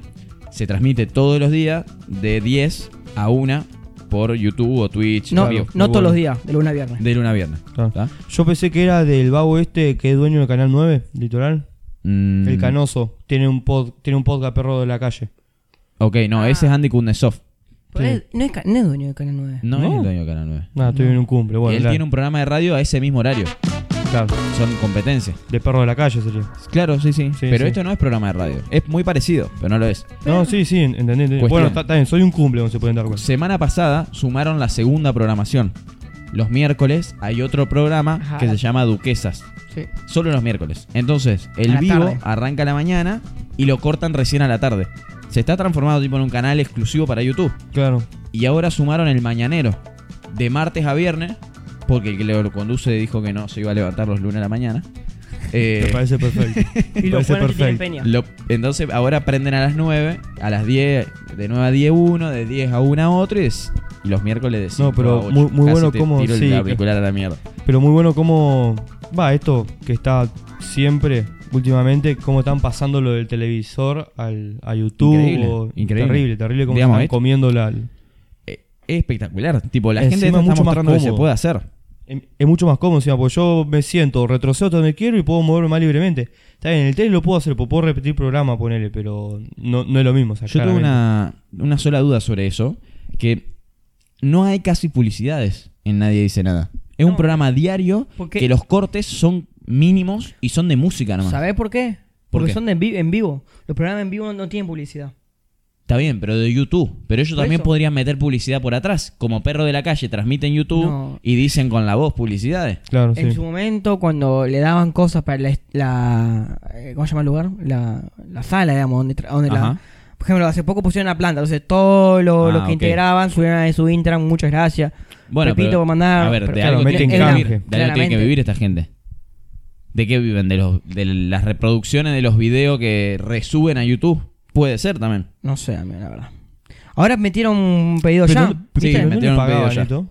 Se transmite todos los días de 10 a 1 por YouTube o Twitch. no, en vivo, no todos bueno. los días, de lunes a viernes. de luna a viernes. Claro. ¿tá? Yo pensé que era del vago este que es dueño del canal 9, litoral. Mm, El Canoso tiene un pod, tiene un podcast perro de la calle. Ok, no, Ah. ese es Andy Kundesov. Pero es- no, es, ca- no es dueño de Canal 9. No, es No. el dueño de Canal 9. Nada, estoy en un cumple, bueno, Mm. Él claro, tiene un programa de radio a ese mismo horario. claro, Son competencias. de perro de la calle sería. Claro, sí, sí. Sí, pero sí. esto no es programa de radio. Es muy parecido, pero no lo es. No, sí, sí, en- entendí. entendí. Cuestión. Bueno, está está bien, soy un cumple, como se pueden dar cuenta. Semana pasada sumaron la segunda programación. Los miércoles hay otro programa Ajá. que se llama Duquesas. Sí. Solo los miércoles. Entonces, A el la vivo tarde. arranca a la mañana y lo cortan recién a la tarde. Se está transformado tipo en un canal exclusivo para YouTube. Claro, Y ahora sumaron el mañanero. De martes a viernes. Porque el que lo conduce dijo que no se iba a levantar los lunes a la mañana. Eh, me parece perfecto. Y Me los parece buenos que tienen perfecto. Peña. lo- entonces ahora prenden a las 9, a las 10, de 9 a 10 uno, de 10 a 1 a otro y, es- y los miércoles de 5 No, pero a 8. muy- muy Casi bueno te cómo- tiro el sí, auricular a la mierda. Pero muy bueno cómo va esto que está siempre últimamente cómo están pasando lo del televisor al a YouTube, Increíble, o- increíble. terrible, terrible cómo Digamos, están ¿eh? comiendo la es, Eh, Es espectacular, tipo la Encima gente esta está es mucho más mostrando que se cómodo. puede hacer. em, es mucho más cómodo, encima, porque yo me siento, retrocedo hasta donde quiero y puedo moverme más libremente. Está bien, en el tele lo puedo hacer, porque puedo repetir programa, ponele, pero no, no es lo mismo. o sea, Yo tuve claramente. una, una sola duda sobre eso, que no hay casi publicidades en Nadie Dice Nada. Es un No. programa diario Porque- que los cortes son mínimos y son de música nomás. ¿Sabés por qué? ¿Por Porque qué? son de en, vi- en vivo. Los programas en vivo no tienen publicidad. Está bien, pero de YouTube. Pero ellos Por también eso. podrían meter publicidad por atrás. Como perro de la calle transmiten YouTube No. y dicen con la voz publicidades. Claro, En sí. su momento, cuando le daban cosas para la. est- la- eh, ¿Cómo se llama el lugar? La, la sala, digamos, donde, tra- donde la. Ajá. Por ejemplo, hace poco pusieron la planta, entonces todos los Ah, los que ok. integraban subieron a su Instagram, muchas gracias. Bueno, Pepito pero- por mandar. a ver, de pero- Claro, algo, meten tienen que, canje. vivir, de algo tienen Claramente. que vivir esta gente. ¿De qué viven? ¿De, los, ¿De las reproducciones de los videos que resuben a YouTube? Puede ser también. No sé, amigo, la verdad. Ahora metieron un pedido Pero ya. no- sí, ¿viste? ¿Pero no le metieron un pagaban pedido ya. esto?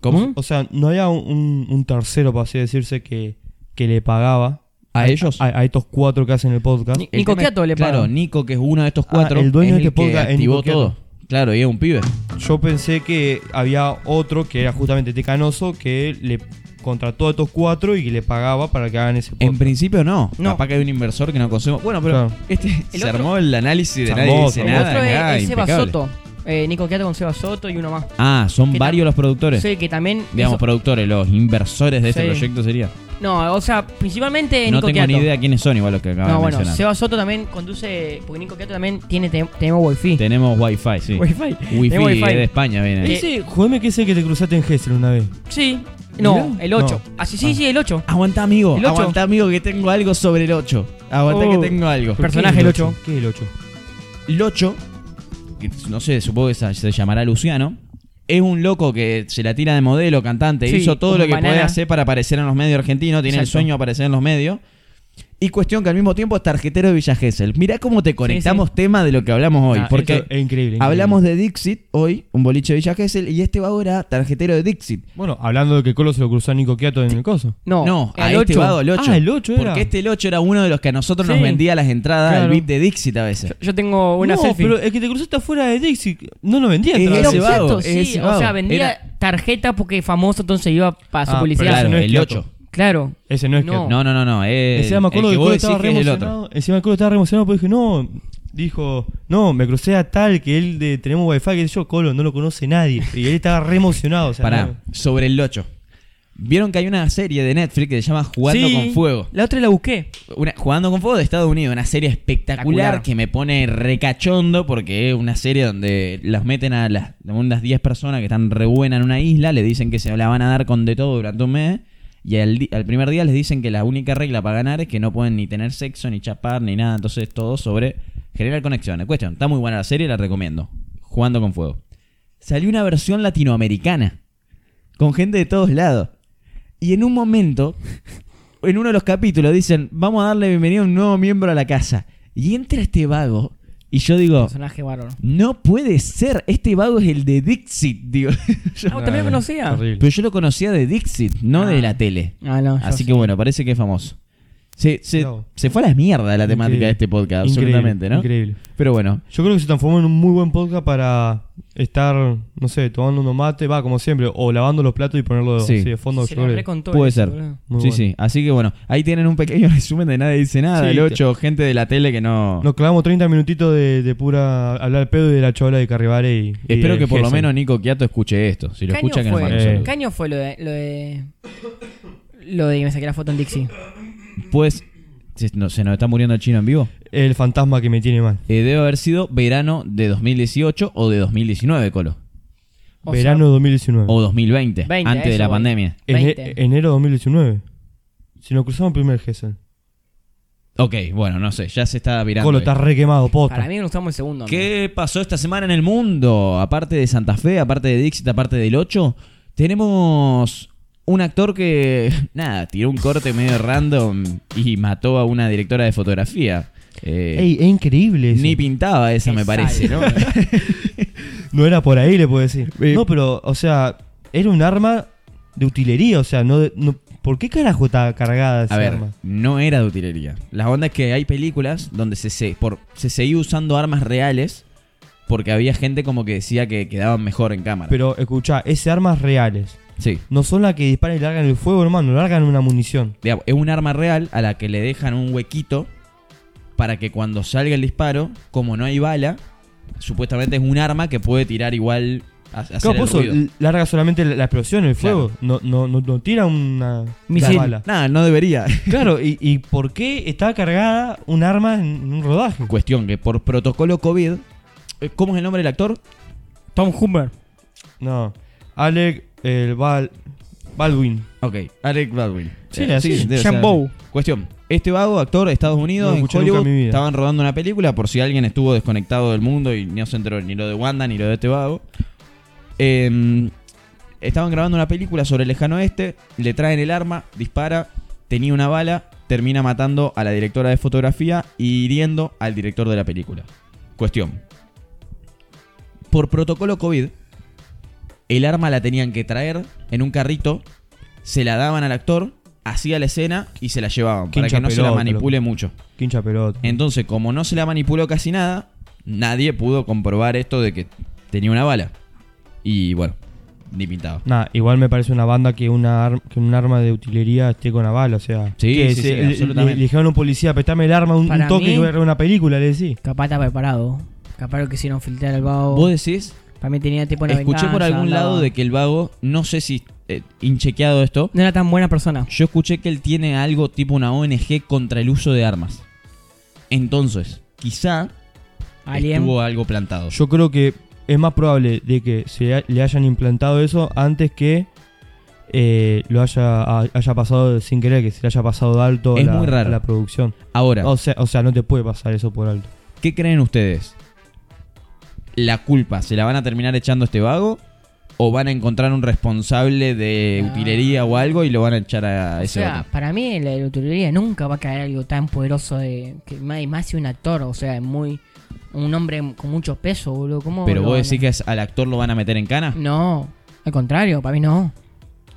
¿Cómo? O sea, no había un, un- un tercero, por así decirse, que, que le pagaba ¿A ellos? a, a estos cuatro que hacen el podcast. Ni- El Nico tema- Quiato le Claro, pagan. Nico, que es uno de estos Ah, cuatro, el es dueño de este que podcast es activó Nico Quiato. todo. Claro, y es un pibe. Yo pensé que había otro que era justamente Tecanoso que le contrató a estos cuatro y que le pagaba para que hagan ese En podcast. principio no. No. Capaz que hay un inversor que no consume. Bueno, pero Claro. este El se otro- armó el análisis de Se nadie armó, dice se El nada. otro es, nada, es Seba impecable. Soto. Eh, Nico Quiato con Seba Soto y uno más. Ah, son Que varios tam- los productores. Sí, que también. Digamos, eso- productores, los inversores de este Sí. proyecto sería. no, o sea, principalmente No Nico tengo Quiato. ni idea quiénes son, igual los que acaban No, de bueno, mencionar. Seba Soto también conduce. Porque Nico Quiato también tiene, te- tenemos wifi. Tenemos Wi-Fi, sí. Wi-Fi. Wi-Fi, Tenemos Wi-Fi. de España viene. Eh, Ese, jodeme que ese que te cruzaste en Gessler una vez. Sí. No, Mirá. el 8. Así, Ah. sí, sí, el 8. Aguanta, amigo. ¿El ocho? Aguanta, amigo, que tengo algo sobre el 8. Aguanta Oh. que tengo algo. Per- Personaje el ocho. ¿Qué es el 8? El 8, que no sé, supongo que se se llamará Luciano, es un loco que se la tira de modelo, cantante, Sí, hizo todo como lo que banana. puede hacer para aparecer en los medios argentinos, tiene el Exacto. sueño de aparecer en los medios. Y cuestión que al mismo tiempo es tarjetero de Villa Gesell. Mirá cómo te conectamos tema de lo que hablamos hoy. Ah, porque esto es increíble, increíble. hablamos de Dixit hoy, un boliche de Villa Gesell, y este vago era tarjetero de Dixit. Bueno, hablando de que Colo se lo cruzó a Nico Quiato en el coso. No, No, el a este 8. vago, el 8. Ah, el 8 era. Porque este el 8 era uno de los que a nosotros nos Sí. vendía las entradas al Claro. VIP de Dixit a veces. Yo tengo una no, selfie. pero el que te cruzaste afuera de Dixie no lo vendía. Es entradas. Era ese un cierto, vago, es sí. ese O sea, vago. vendía tarjeta porque famoso, entonces iba para su Ah, publicidad. pero Claro, no es el Kioto. 8. Claro. Ese no es Quiato. No. No, no, no, no. eh, Ese me acuerdo el que que, Colo vos estaba decís que re es el otro. emocionado. Encima el Colo estaba re emocionado porque dije, no. Dijo, no, me crucé a tal que él de tenemos wifi, que yo, Colo, no lo conoce nadie. Y él estaba re emocionado. O sea, Pará, no- sobre el 8. Vieron que hay una serie de Netflix que se llama Jugando Sí, con Fuego. La otra la busqué. Una- Jugando con Fuego de Estados Unidos, una serie espectacular Espectacular. que me pone recachondo porque es una serie donde las meten a las, a unas 10 personas que están re buenas en una isla, le dicen que se la van a dar con de todo durante un mes y al, di- al primer día les dicen que la única regla para ganar es que no pueden ni tener sexo, ni chapar, ni nada. Entonces todo sobre generar conexiones. Cuestión, está muy buena la serie, la recomiendo. Jugando con Fuego. Salió una versión latinoamericana con gente de todos lados. Y en un momento, en uno de los capítulos, dicen, vamos a darle bienvenida a un nuevo miembro a la casa. Y entra este vago, y yo digo, Personaje bárbaro. no puede ser, este vago es el de Dixit, digo. Yo- Ah, ¿también lo conocía? terrible. pero yo lo conocía de Dixit, no Ah. de la tele. Ah, no. yo Así sí. que bueno, parece que es famoso. Se, se- No. se fue a la mierda la temática Increíble. de este podcast, Increíble, absolutamente, ¿no? Increíble. Pero bueno, Yo creo que se transformó en un muy buen podcast para estar, no sé, tomando unos mate, va, como siempre, o lavando los platos y ponerlo Sí. así de fondo. Se yo la creo. recontó Puede eso, ser. boludo. Muy sí, bueno. sí. Así que bueno, ahí tienen un pequeño resumen de Nadie Dice Nada, Sí, el te- 8, gente de la tele que no... Nos clavamos 30 minutitos de, de pura hablar al pedo y de la chola de Carribare y. y Espero de que por lo Gessen. menos Nico Quiato escuche esto. Si lo ¿Qué año escucha, que nos fue? mande un Eh. saludo. ¿Qué año fue lo de, lo de. Lo de que me saqué la foto en Dixie? Pues, se, no- se nos está muriendo el chino en vivo. El fantasma que me tiene mal. Eh, debe haber sido verano de 2018 o de 2019, Colo. O Verano 2019. O 2020, 20, antes de eso la voy. pandemia. Ene- 20. enero 2019. Si nos cruzamos primer Gessen. Ok, bueno, no sé, ya se está virando. Colo, esto. estás re quemado, posta. Para mí no usamos el segundo. amigo. ¿Qué pasó esta semana en el mundo? Aparte de Santa Fe, aparte de Dixit, aparte del 8, tenemos un actor que, nada, tiró un corte medio random y mató a una directora de fotografía. Eh, Ey, es increíble eso. ni pintaba esa, me Qué parece. sal, No era por ahí, le puedo decir. Eh. No, pero, o sea, era un arma de utilería, o sea, no, de- no- ¿por qué carajo está cargada esa A ver, arma? no era de utilería. La onda es que hay películas donde se, se, por, se seguía usando armas reales porque había gente como que decía que quedaban mejor en cámara. Pero escuchá, es armas reales. sí. No son las que disparan y largan el fuego, hermano, largan una munición. Digamos, es un arma real a la que le dejan un huequito para que cuando salga el disparo, como no hay bala, supuestamente es un arma que puede tirar igual a, hacer Claro, el por eso ruido. l- larga solamente la, la explosión, el fuego. No, no, no, no tira una Misil. una bala. Nada, no debería. Claro, y, y ¿por qué está cargada un arma en, en un rodaje? Cuestión que por protocolo COVID eh, ¿Cómo es el nombre del actor? Tom Humber. No. Alec el Bal- Baldwin. Ok, Alec Baldwin. Sí, Eh, así. debe Sean ser. Bow. Cuestión. Este vago, actor de Estados Unidos, No lo en escuché nunca Hollywood, en mi vida. estaban rodando una película, por si alguien estuvo desconectado del mundo y no se enteró ni lo de Wanda ni lo de este vago. Eh, estaban grabando una película sobre el lejano oeste, le traen el arma, dispara, tenía una bala, termina matando a la directora de fotografía y hiriendo al director de la película. Cuestión. Por protocolo COVID, el arma la tenían que traer en un carrito, se la daban al actor, hacía la escena y se la llevaban Qué para que no se la hinchapelota, manipule mucho. Quincha pelota. Entonces, como no se la manipuló casi nada, nadie pudo comprobar esto de que tenía una bala. Y bueno, ni pintaba. Nah, igual me parece una banda que, una ar- que un arma de utilería esté con aval, o sea. Sí, que sí, sí, le- le, absolutamente. le dijeron a un policía, prestame el arma, un, un Para toque mí- y voy a agarrar una película, le decís. Capaz está preparado. Capaz lo quisieron filtrar al vago. ¿Vos decís? También tenía tipo una Escuché por venganza, algún andaba- lado de que el vago, no sé si eh, inchequeado esto, No era tan buena persona. yo escuché que él tiene algo tipo una ONG contra el uso de armas. Entonces, quizá Alien. estuvo algo plantado. Yo creo que es más probable de que se ha- le hayan implantado eso antes que eh, lo haya, a- haya pasado sin querer, que se le haya pasado de alto a Es la, muy raro. a la producción. Ahora, O sea, o sea, no te puede pasar eso por alto. ¿Qué creen ustedes? ¿La culpa se la van a terminar echando a este vago? ¿O van a encontrar un responsable de Ah. utilería o algo y lo van a echar a O ese sea, vago? para mí la utilería nunca va a caer algo tan poderoso de que más, y más si un actor, o sea, es muy un hombre con mucho peso, boludo. ¿Cómo Pero lo vos van a- decís que es- al actor lo van a meter en cana. No, al contrario, para mí no.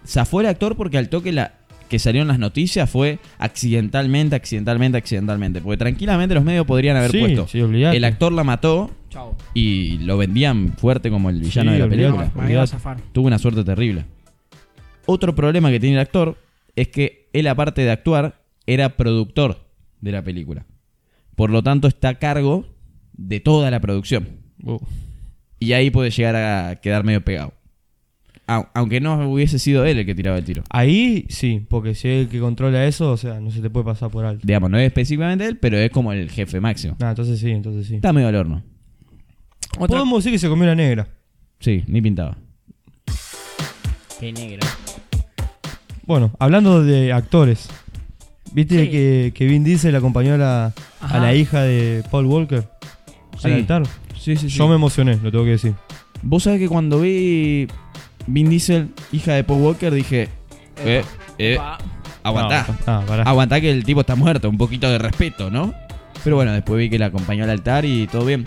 Zafó el actor porque al toque la que salió en las noticias fue accidentalmente, accidentalmente, accidentalmente. Porque tranquilamente los medios podrían haber Sí, puesto. sí, olvidate. el actor la mató Chao. y lo vendían fuerte como el villano Sí, de la olvidate. película. me iba a zafar. tuvo una suerte terrible. Otro problema que tiene el actor es que él, aparte de actuar, era productor de la película. Por lo tanto, está a cargo de toda la producción. Uh, Y ahí puede llegar a quedar medio pegado. Au- Aunque no hubiese sido él el que tiraba el tiro. Ahí sí, porque si es el que controla eso, o sea, no se te puede pasar por alto. Digamos, no es específicamente él, pero es como el jefe máximo. Nah, entonces sí, entonces sí. Está medio al horno. Otro Podemos decir que se comió la negra. Sí, ni pintaba. Qué negro. Bueno, hablando de actores, ¿viste Sí. que, que Vin Diesel acompañó a la, a Ajá. la hija de Paul Walker Sí. al altar? Sí, sí, Yo me emocioné, lo tengo que decir. Vos sabés que cuando vi Vin Diesel, hija de Paul Walker, dije... Eh, eh, Pa. aguantá. Ah, pará. Aguantá que el tipo está muerto, un poquito de respeto, ¿no? Pero bueno, después vi que la acompañó al altar y todo bien.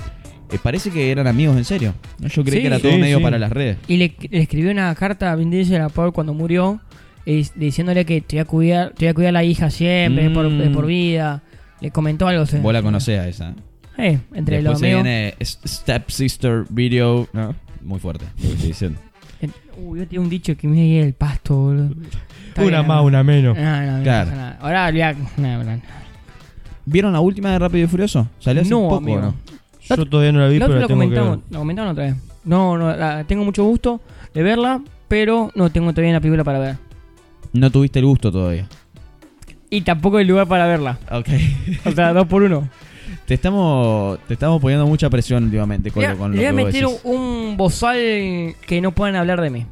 Eh, parece que eran amigos en serio. ¿no? Yo creí Sí. que era todo Sí, medio sí. para las redes. Y le, le escribió una carta a Vin Diesel a Paul cuando murió, eh, diciéndole que te voy a cuidar, te voy a cuidar a la hija siempre, de por, Mm. de por vida. Le comentó algo. se- Vos la conocés a esa. Eh, entre después los se amigos. viene S- Stepsister Video. ¿no? Muy fuerte. lo que estoy diciendo. En- Uy, yo tenía un dicho que me llegué el pasto, boludo. Está Una bien, más, no. Eh, una menos. No, no, no Claro. pasa nada. Ahora ya. No, no, no. ¿Vieron la última de Rápido y Furioso? Salió hace No, poco, amigo. ¿no? Yo todavía no la vi, La otra pero la lo tengo que comentamos, ver. lo comentaron otra vez. No, no, la- tengo mucho gusto de verla, pero no tengo todavía la película para ver. No tuviste el gusto todavía. Y tampoco el lugar para verla. Ok. O sea, dos por uno. te, estamos, te estamos poniendo mucha presión últimamente con, Le lo- con le lo voy a que vos meter decís. un bozal que no puedan hablar de mí.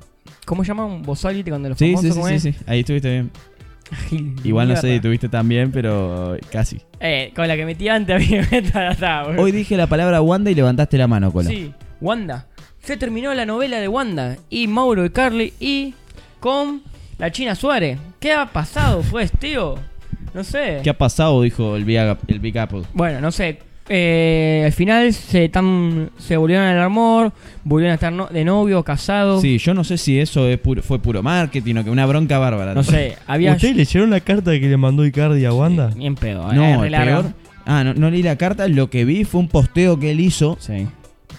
¿Cómo se llama un bozal ¿viste? cuando los Sí, sí, famosos sí, como sí, es? sí. Ahí estuviste bien. Gil, Igual no sé si mierda. tuviste tan bien, pero casi. Eh, con la que metí antes a mí me está- está, boludo. Hoy dije la palabra Wanda y levantaste la mano, Cola. Sí, Wanda. Se terminó la novela de Wanda y Mauro y Carly y con la China Suárez. ¿Qué ha pasado, pues, tío? No sé. ¿Qué ha pasado? Dijo el Big, Ap- el Big Apple. Bueno, no sé. Eh, al final se tan se volvieron al amor, volvieron a estar no- de novio, casados. Sí, yo no sé si eso es puro- fue puro marketing o que una bronca bárbara. No sé, había. ¿Ustedes leyeron la carta que le mandó Icardi a Wanda? Bien pedo, eh, No, re el larga. peor. Ah, no, no leí la carta. Lo que vi fue un posteo que él hizo Sí.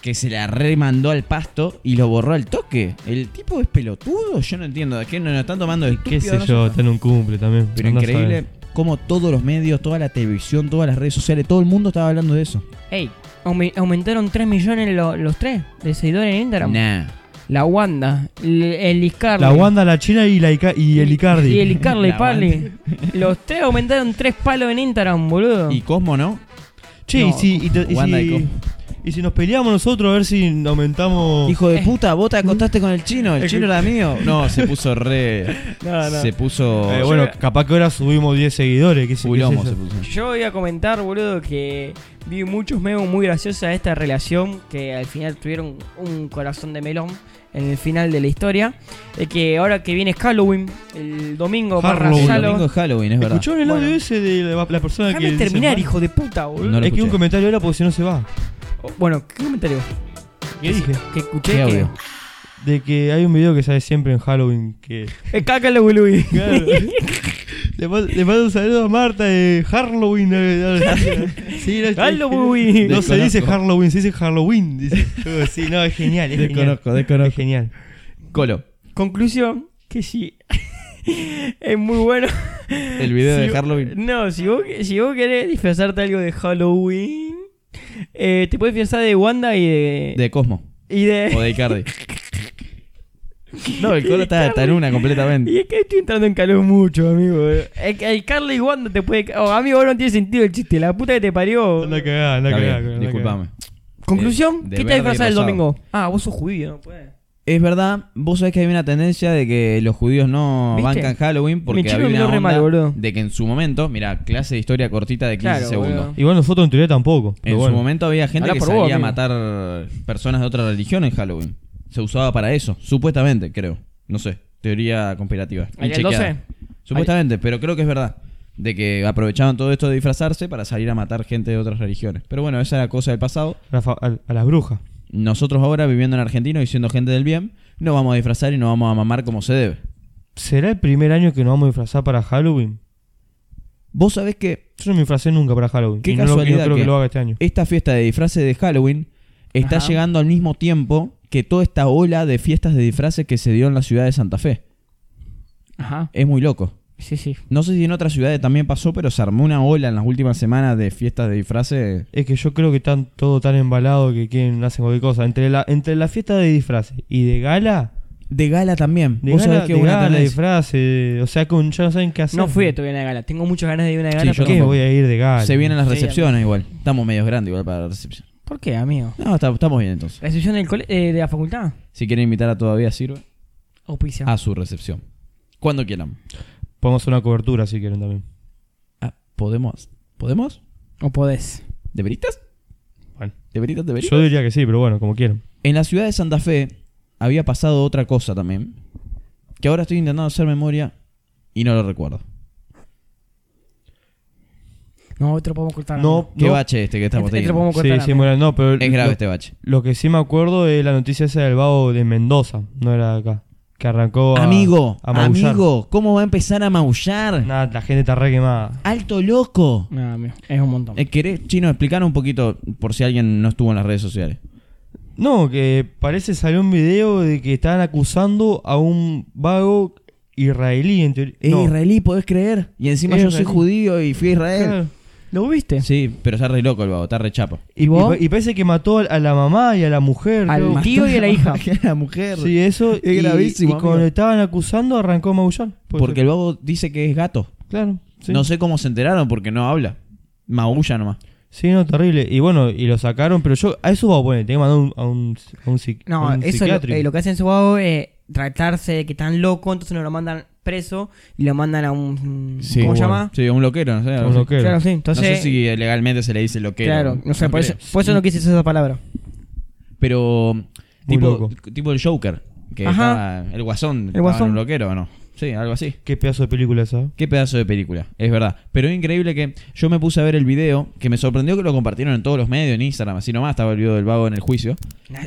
que se la remandó al pasto y lo borró al toque. El tipo es pelotudo. Yo no entiendo de qué no nos están tomando de Qué estúpido, sé no yo, sé. está en un cumple también. Pero andá a increíble saber. cómo todos los medios, toda la televisión, todas las redes sociales, todo el mundo estaba hablando de eso. Ey, aume- aumentaron 3 millones lo- los tres de seguidores en Instagram. Nah. La Wanda, el, el Icardi. La Wanda, la China y, la Ica- y el Icardi. Y el Icardi, La Parli. Los tres aumentaron tres palos en Instagram, boludo. Y Cosmo, ¿no? Che, No, y si, y te- y Wanda si- y Cosmo. Y si nos peleamos nosotros, a ver si aumentamos. Hijo de puta, vos te acostaste con el chino, el chino era mío. Ah, No, se puso re. No, no. Se puso. Eh, bueno, capaz que ahora subimos 10 seguidores. ¿qué, sé- qué Fulomo sé se yo. puso. Yo iba a comentar, boludo, que vi muchos memes muy graciosos de esta relación que al final tuvieron un corazón de melón en el final de la historia. Eh, que ahora que viene Halloween, el domingo barra Halloween, El Salo- domingo es Halloween, es verdad. ¿Escucharon el Bueno. audio ese de la, la persona que. Déjame dice terminar, mal? hijo de puta, boludo. No lo es que un escuché. comentario era porque si no se va. Oh, Bueno, ¿qué comentario? ¿Qué dije? Que escuché Qué que... obvio. De que hay un video que sale siempre en Halloween que. Eh, cácalo, boludo. Claro. le, mando, le mando un saludo a Marta de Halloween. eh, eh, sí, no, Halloween. No se dice Desconozco. Halloween, se dice Halloween. Dice. Sí, no, es genial. Es genial. Desconozco, Es desconozco. genial. Colo, Conclusión, que sí. es muy bueno. el video Si de vo- Halloween. No, si vos, si vos querés disfrazarte algo de Halloween, eh, te puedes disfrazar de Wanda y de. De Cosmo y de. o de Icardi. No, el Colo está, está en una completamente. Y es que estoy entrando en calor mucho, amigo. Es que El Carly y Wanda te puede. Oh, amigo, no tiene sentido el chiste. La puta que te parió. Anda cagada, anda Está cagada. bien, anda cagada. disculpame. Conclusión: De- de ¿Qué te verde y disfrazás el rosado. domingo? Ah, vos sos judío, no puede. Es verdad, vos sabés que hay una tendencia de que los judíos no ¿Viste? bancan Halloween porque Mi chino había me una lo re onda mal, boludo. de que en su momento, mira, clase de historia cortita de 15 Claro, segundos. boludo. Igual nosotros en teoría tampoco. En pero bueno. su momento había gente Habla que por salía vos, a amigo. matar personas de otra religión en Halloween. Se usaba para eso, supuestamente, creo. No sé, teoría conspirativa. ¿Ahí el inchequeada. 12? Supuestamente, pero creo que es verdad. De que aprovechaban todo esto de disfrazarse para salir a matar gente de otras religiones. Pero bueno, esa era cosa del pasado. Rafa- a, a las brujas. Nosotros ahora, viviendo en Argentina y siendo gente del bien, nos vamos a disfrazar y nos vamos a mamar como se debe. ¿Será el primer año que nos vamos a disfrazar para Halloween? Vos sabés que Yo no me disfracé nunca para Halloween. Qué y no, lo- y no casualidad creo que que- Eh. lo haga este año. esta fiesta de disfraces de Halloween está Ajá. llegando al mismo tiempo que toda esta ola de fiestas de disfraces que se dio en la ciudad de Santa Fe. Ajá. Es muy loco. Sí, sí. No sé si en otras ciudades también pasó, pero se armó una ola en las últimas semanas de fiestas de disfraces. Es que yo creo que están todo tan embalado que quieren hacen cualquier cosa. Entre la, entre la fiesta de disfraces y de gala, De gala también. de Vos sabés gala, que de una gala, tendencia- disfraces, o sea, con, ya no saben qué hacer. No fui todavía a una gala. Tengo muchas ganas de ir a una gala. Sí, yo pero- ¿Qué? tampoco. Voy a ir de gala. Se vienen las Sí, recepciones igual. Estamos medios grandes igual para la recepción. ¿Por qué, amigo? No, está- estamos bien entonces. ¿Recepción del cole- eh, de la facultad? Si quieren invitar a todavía sirve Auspicia. a su recepción. Cuando quieran. Podemos hacer una cobertura si quieren también. Ah, podemos. ¿Podemos? ¿O podés? ¿Deberitas? Bueno. ¿Deberitas, deberitas? Yo diría que sí, pero bueno, como quieran. En la ciudad de Santa Fe había pasado otra cosa también. Que ahora estoy intentando hacer memoria y no lo recuerdo. No, otro podemos cortar. No, Qué no. bache este que estamos Este- este teniendo. podemos Sí, cortar, sí, amigo. bueno, no, pero Es grave lo- este bache. Lo que sí me acuerdo es la noticia esa del vago de Mendoza, no era de acá. Que arrancó a. Amigo, a maullar. amigo, ¿cómo va a empezar a maullar? Nah, la gente está re quemada. Alto loco. No, amigo, es un montón. Eh, ¿Querés, Chino, explicar un poquito por si alguien no estuvo en las redes sociales? No, que parece salió un video de que estaban acusando a un vago israelí, en teoría. Es No, israelí, ¿podés creer? Y encima Es yo soy israelí. judío y fui a Israel. claro. ¿Lo viste? Sí, pero está re loco el vago, está re chapo. ¿Y Y, vos? pa- y parece que mató a la mamá y a la mujer. Al creo. ma- Tío y a la hija. la mujer. Sí, eso. Es y, gravísimo, Y amigo. cuando le estaban acusando, arrancó a maullar. Puede Porque ser. el vago dice que es gato. Claro. Sí. No sé cómo se enteraron porque no habla. Maulla nomás. Sí, no, terrible. Y bueno, y lo sacaron, pero yo a eso voy a poner, te que mandar un- a un, a un, psiqui- No, a un eso es lo, psiquiátrico. eh, lo que hacen su abogado es tratarse de que están loco, entonces no lo mandan preso y lo mandan a un. ¿Cómo se llama? Sí, un loquero, no sé. A un loquero. Claro, sí. Entonces, no sé si legalmente se le dice loquero. claro, no sé, por, creo. eso, por eso no quise usar esa palabra. Pero Muy tipo, loco. tipo el Joker, que Ajá. estaba- el guasón, el Guasón. un loquero o no. Sí, algo así. Qué pedazo de película esa. Qué pedazo de película, es verdad. Pero es increíble que yo me puse a ver el video, que me sorprendió que lo compartieron en todos los medios, en Instagram, así nomás estaba el video del vago en el juicio.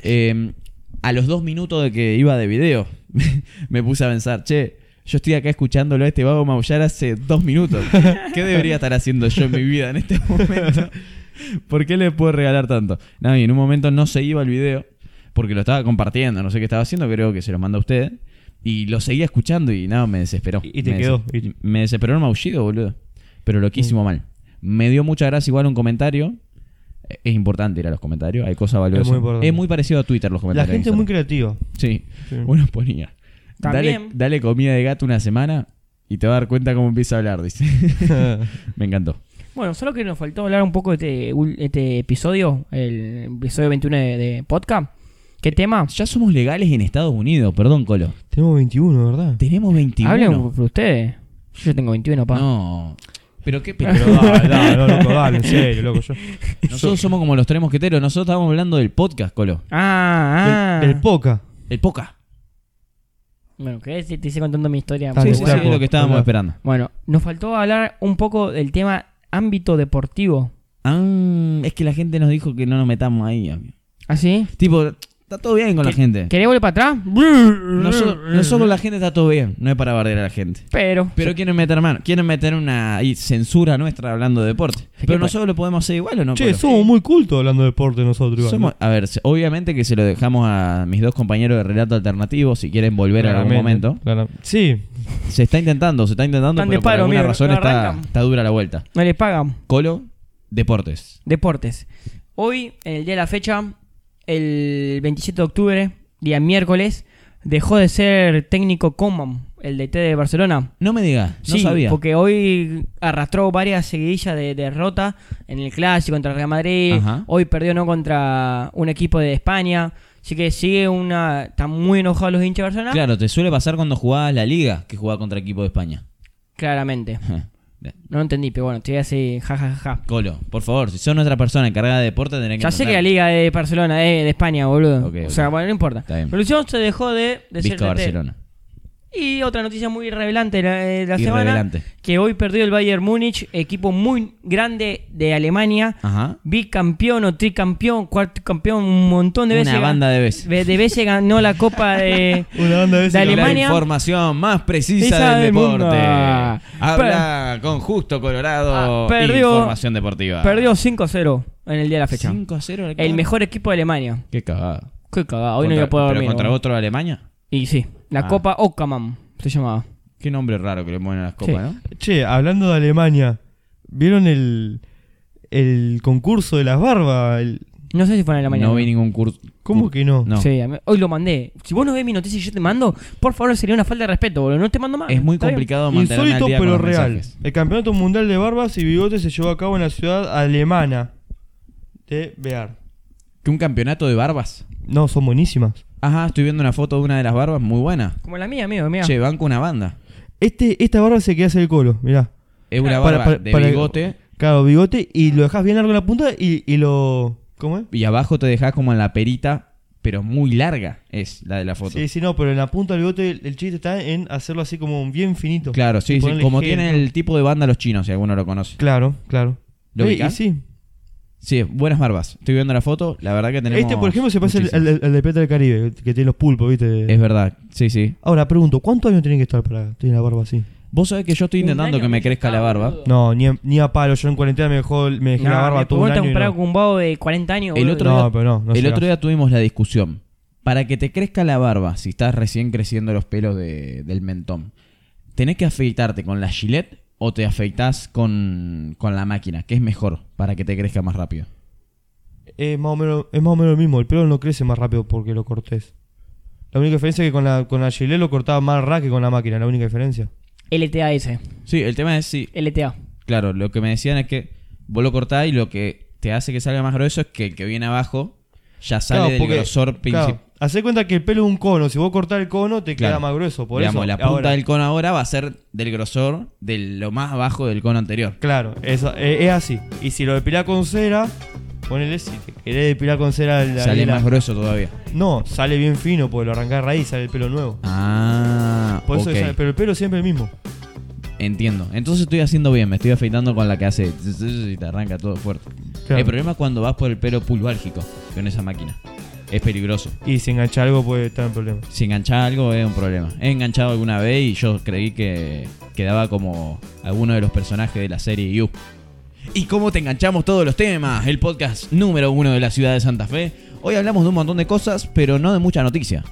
Eh, a los dos minutos de que iba de video, me puse a pensar, che, yo estoy acá escuchándolo a este vago maullar hace dos minutos. ¿Qué debería estar haciendo yo en mi vida en este momento? ¿Por qué le puedo regalar tanto? No, y en un momento no se iba el video, porque lo estaba compartiendo, no sé qué estaba haciendo, creo que se lo manda a usted. Y lo seguía escuchando y nada, me desesperó. Y- y te Me quedó. des- Me desesperó el maullido, boludo. Pero Mm. loquísimo mal. Me dio mucha gracia igual un comentario. Eh, Es importante ir a los comentarios, hay cosas valiosas. muy importante. Es muy parecido a Twitter los La comentarios. de gente es muy Instagram. creativa. Sí. Sí. Bueno, ponía. Dale, También. dale comida de gato una semana y te va a dar cuenta cómo empieza a hablar, dice. Me encantó. Bueno, solo que nos faltó hablar un poco de este, ul- este episodio, el episodio 21 de, de podcast. ¿Qué tema? Ya somos legales en Estados Unidos, perdón, Colo. Tenemos 21, ¿verdad? Tenemos 21. Hablen por por ustedes. Yo ya tengo 21, pa. No. Pero qué pero ah, Pero dale, dale, no, loco, dale, en serio, loco. Yo, Nosotros somos como los tres mosqueteros. Nosotros estábamos hablando del podcast, Colo. Ah, ah. El, poca. El poca. Bueno, ¿qué? Si Te hice contando mi historia. Está muy Sí, bien, sí, buena. sí, Claro. es lo que estábamos Claro. esperando. Bueno, nos faltó hablar un poco del tema ámbito deportivo. Ah, es que la gente nos dijo que no nos metamos ahí. amigo. ¿Ah, sí? Tipo, está todo bien con la gente. ¿Querés volver para atrás? Nosotros, nosotros con la gente está todo bien. No es para bardear a la gente. Pero. Pero quieren meter mano. Quieren meter una ahí, censura nuestra hablando de deporte. Pero puede- nosotros lo podemos hacer igual o no. Che, Colo? somos muy cultos hablando de deporte nosotros, igual, Somos- a ver, se- obviamente que se lo dejamos a mis dos compañeros de relato alternativo si quieren ¿no? volver en algún Claramente, momento. claro. Sí, Se está intentando, se está intentando, Están de pero por paro, alguna mira, razón no está, arrancan. está dura la vuelta. No les pagan. Colo, deportes. Deportes. Hoy, en el día de la fecha, el 27 de octubre, día miércoles, dejó de ser técnico Coman, el DT de Barcelona. No me digas, no sí, sabía. porque hoy arrastró varias seguidillas de derrota en el Clásico contra el Real Madrid. Ajá. Hoy perdió no contra un equipo de España. Así que sigue una... Están muy enojados los hinchas de Barcelona. Claro, te suele pasar cuando jugabas la liga que jugaba contra equipo de España. Claramente. No lo entendí, pero bueno, estoy así, jajaja. Ja, ja. Colo, por favor, si sos nuestra persona encargada de deporte, tenés que Ya sé que la entender. liga de Barcelona, eh, de España, boludo. Ok, ok. O sea, bueno, no importa. Está bien. Producción se dejó de, de ser DT. Visca Barcelona. Y otra noticia muy revelante de la, eh, de la semana, Irrevelante. que hoy perdió el Bayern Múnich, equipo muy grande de Alemania, Ajá. bicampeón o tricampeón, cuarto campeón, un montón de Una veces. banda de veces. ve- de veces ganó la Copa de... una banda de veces. Dale, que- La Alemania. información más precisa Esa del del mundo. deporte. Habla con Justo Colorado. Ah, perdió- información deportiva. Perdió 5-0 en el día de la fecha. 5 a 0. El mejor equipo de Alemania. Qué cagada. Qué cagada, hoy no Contra- iba a poder ¿Pero dormir. contra boludo. otro de Alemania? Y sí, la Ah. Copa Ockham se llamaba. Qué nombre raro que le ponen a las copas, Sí. ¿no? Che, hablando de Alemania, ¿vieron el, el concurso de las barbas? El- No sé si fue en Alemania. No vi ningún curso. ¿Cómo que Uh, no? No. Sí, a mí- hoy lo mandé. Si vos no ves mi noticia y yo te mando, por favor sería una falta de respeto, boludo. No te mando más. Es muy Está bien. complicado mantener Insólito al día pero con los real. mensajes. El campeonato mundial de barbas y bigotes se llevó a cabo en la ciudad alemana de Bear. Que un campeonato de barbas. No, son buenísimas. Ajá, estoy viendo una foto de una de las barbas muy buena. Como la mía, amigo, mira. Che, banco una banda. Este, esta barba se queda hace el colo, mirá. Es una Para- barba para- de para- bigote Claro, bigote y lo dejas bien largo en la punta y, y lo. ¿Cómo es? y abajo te dejas como en la perita, pero muy larga es la de la foto. Sí, sí, no, pero en la punta del bigote el, el chiste está en hacerlo así como bien finito. Claro, sí, Y sí. ponerle Como gel. tienen el tipo de banda los chinos, si alguno lo conoce. Claro, claro. ¿Lo Eh, y ubicás? sí. Sí, buenas barbas. Estoy viendo la foto, la verdad que tenemos. Este, por ejemplo, se pasa al, muchísimas. al- al de Plata del Caribe, que tiene los pulpos, ¿viste? Es verdad, sí, sí. Ahora pregunto, ¿cuántos años tienen que estar para tener la barba así? Vos sabés que yo estoy Un intentando año que me que crezca está, la barba. boludo. No, ni a, ni a palo. Yo en cuarentena me, dejó, me dejé la Nah, barba me todo un preguntan año. y comparado no. con un vago de 40 años. El boludo. otro día- No, pero no. no el se otro hace. día tuvimos la discusión. Para que te crezca la barba, si estás recién creciendo los pelos de- del mentón, ¿tenés que afeitarte con la gilet o te afeitas con, con la máquina? ¿Qué es mejor para que te crezca más rápido? Es más, o menos, es más o menos lo mismo. El pelo no crece más rápido porque lo cortés. La única diferencia es que con la, con la gilet lo cortaba más ra que con la máquina. La única diferencia. LTA ese. Sí, el tema es si, LTA. claro, lo que me decían es que vos lo cortás y lo que te hace que salga más grueso es que el que viene abajo ya sale Claro, del porque- grosor Claro, principal. hacé cuenta que el pelo es un cono. Si vos cortás el cono, te Claro. queda más grueso. Por Digamos, eso. la punta ahora- del cono ahora va a ser del grosor de lo más abajo del cono anterior. Claro, eso, eh, es así. Y si lo depilás con cera, ponele si te querés depilar con cera. la- Sale la- más grueso todavía. No, sale bien fino porque lo arrancás de raíz, sale el pelo nuevo. Ah, Por eso ok. que sale- pero el pelo siempre el mismo. Entiendo. Entonces estoy haciendo bien, me estoy afeitando con la que hace zzz, zzz, y te arranca todo fuerte. Claro. El problema es cuando vas por el pelo pulválgico con esa máquina. Es peligroso. Y si engancha algo puede estar en problema. Si enganchás algo es un problema. He enganchado alguna vez y yo creí que quedaba como alguno de los personajes de la serie You. ¿Y cómo te enganchamos todos los temas? El podcast número uno de la ciudad de Santa Fe. Hoy hablamos de un montón de cosas, pero no de mucha noticia.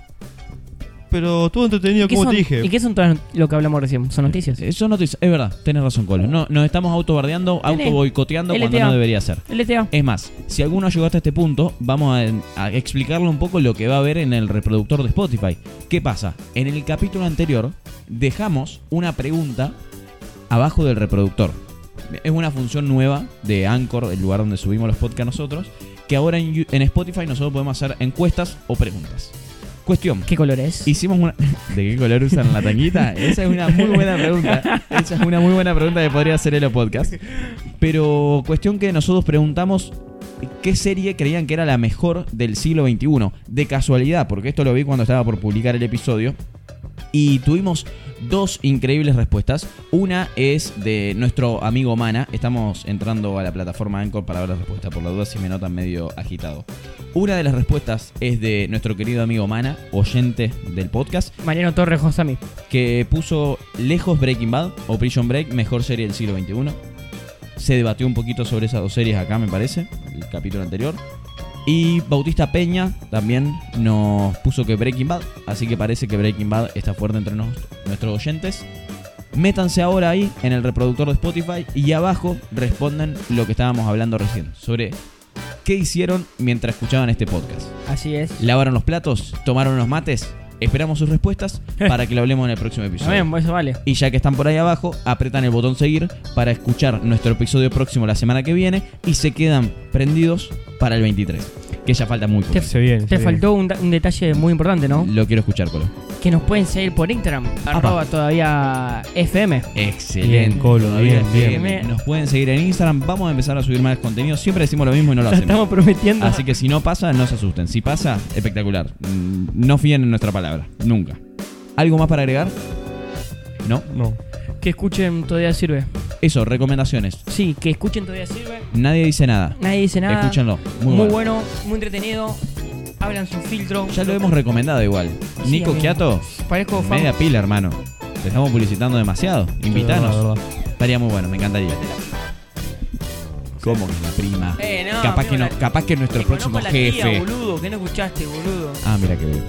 Pero estuvo entretenido, ¿Qué como son- te dije. ¿Y qué son todas lo que hablamos recién? Eh, ¿Son noticias? Eso noticia. Es verdad, tenés razón, Colo. No, nos estamos autobardeando, Tenés. auto boicoteando cuando LTA. no debería ser. LTA. Es más, si alguno llegó hasta este punto, vamos a, a explicarle un poco lo que va a haber en el reproductor de Spotify. ¿Qué pasa? En el capítulo anterior dejamos una pregunta abajo del reproductor. es una función nueva de Anchor, el lugar donde subimos los podcasts nosotros, que ahora en, Yu- en Spotify nosotros podemos hacer encuestas o preguntas. Cuestión. ¿Qué color es? Hicimos una... ¿De qué color usan la tanguita? Esa es una muy buena pregunta. Esa es una muy buena pregunta que podría hacer el podcast. Pero cuestión que nosotros preguntamos qué serie creían que era la mejor del siglo XXI. De casualidad, porque esto lo vi cuando estaba por publicar el episodio. Y tuvimos dos increíbles respuestas. Una es de nuestro amigo Mana. Estamos entrando a la plataforma Anchor para ver la respuesta. Por la duda, si me notan medio agitado. Una de las respuestas es de nuestro querido amigo Mana, oyente del podcast, Mariano Torres Josami. que puso lejos Breaking Bad o Prison Break, mejor serie del siglo XXI. Se debatió un poquito sobre esas dos series acá, me parece, el capítulo anterior. Y Bautista Peña también nos puso que Breaking Bad, así que parece que Breaking Bad está fuerte entre nos- nuestros oyentes. Métanse ahora ahí en el reproductor de Spotify y abajo responden lo que estábamos hablando recién, sobre qué hicieron mientras escuchaban este podcast. Así es. ¿Lavaron los platos? ¿Tomaron los mates? Esperamos sus respuestas Eh. para que lo hablemos en el próximo episodio. También, eso vale. Y ya que están por ahí abajo, apretan el botón seguir para escuchar nuestro episodio próximo la semana que viene y se quedan prendidos para el 23, que ya falta muy poco. Te- Se viene. se Te viene. faltó un, da- un detalle muy importante, ¿no? Lo quiero escuchar, Colo. Que nos pueden seguir por Instagram, arroba todavía FM. Excelente. Colo, Todavía bien, bien. FM. Nos pueden seguir en Instagram. Vamos a empezar a subir más contenido. Siempre decimos lo mismo y no Lo lo hacemos. estamos prometiendo. Así que si no pasa, no se asusten. Si pasa, espectacular. Mm, No fíen en nuestra palabra. Nunca. ¿Algo más para agregar? No. No. Que escuchen Todavía Sirve. Eso, recomendaciones. Sí, que escuchen Todavía Sirve. Nadie dice nada. Nadie dice nada. Escúchenlo. Muy, Muy, bueno. bueno. muy entretenido. Hablan su filtro. Ya lo hemos recomendado igual. Sí, Nico amigo. Quiato, Parezco fan. media pila, hermano. Te estamos publicitando demasiado. Es verdad, Invitanos. es verdad. Estaría muy bueno, me encantaría. ¿Cómo que la prima? Eh, no, capaz, que amigo, no, la- capaz que nuestro Te próximo conozco la tía, jefe. boludo, que no escuchaste, boludo. Ah, mira que bien.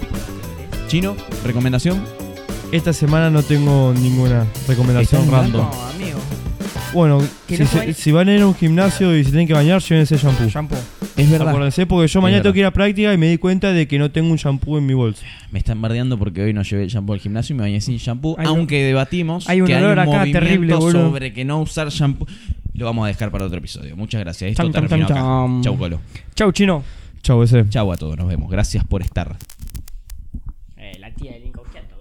Chino, recomendación. Esta semana no tengo ninguna recomendación ¿Estás en random. No, amigo. Bueno, Que si, no se- se- si van a ir a un gimnasio y se tienen que bañar, llévense shampoo. Shampoo. Es verdad. Acuérdense, porque yo Es mañana verdad. tengo que ir a práctica y me di cuenta de que no tengo un shampoo en mi bolsa. Me están bardeando porque hoy no llevé el shampoo al gimnasio y me bañé sin shampoo. Hay un- aunque debatimos hay un que olor hay un acá movimiento terrible, boludo. sobre que no usar shampoo. Lo vamos a dejar para otro episodio. Muchas gracias. Esto Cham, cham, terminó cham, cham. acá. Chau, Colo. Chau, chino. Chau, ese. Chau a todos. Nos vemos. Gracias por estar. Eh, la tía del Incoquiato,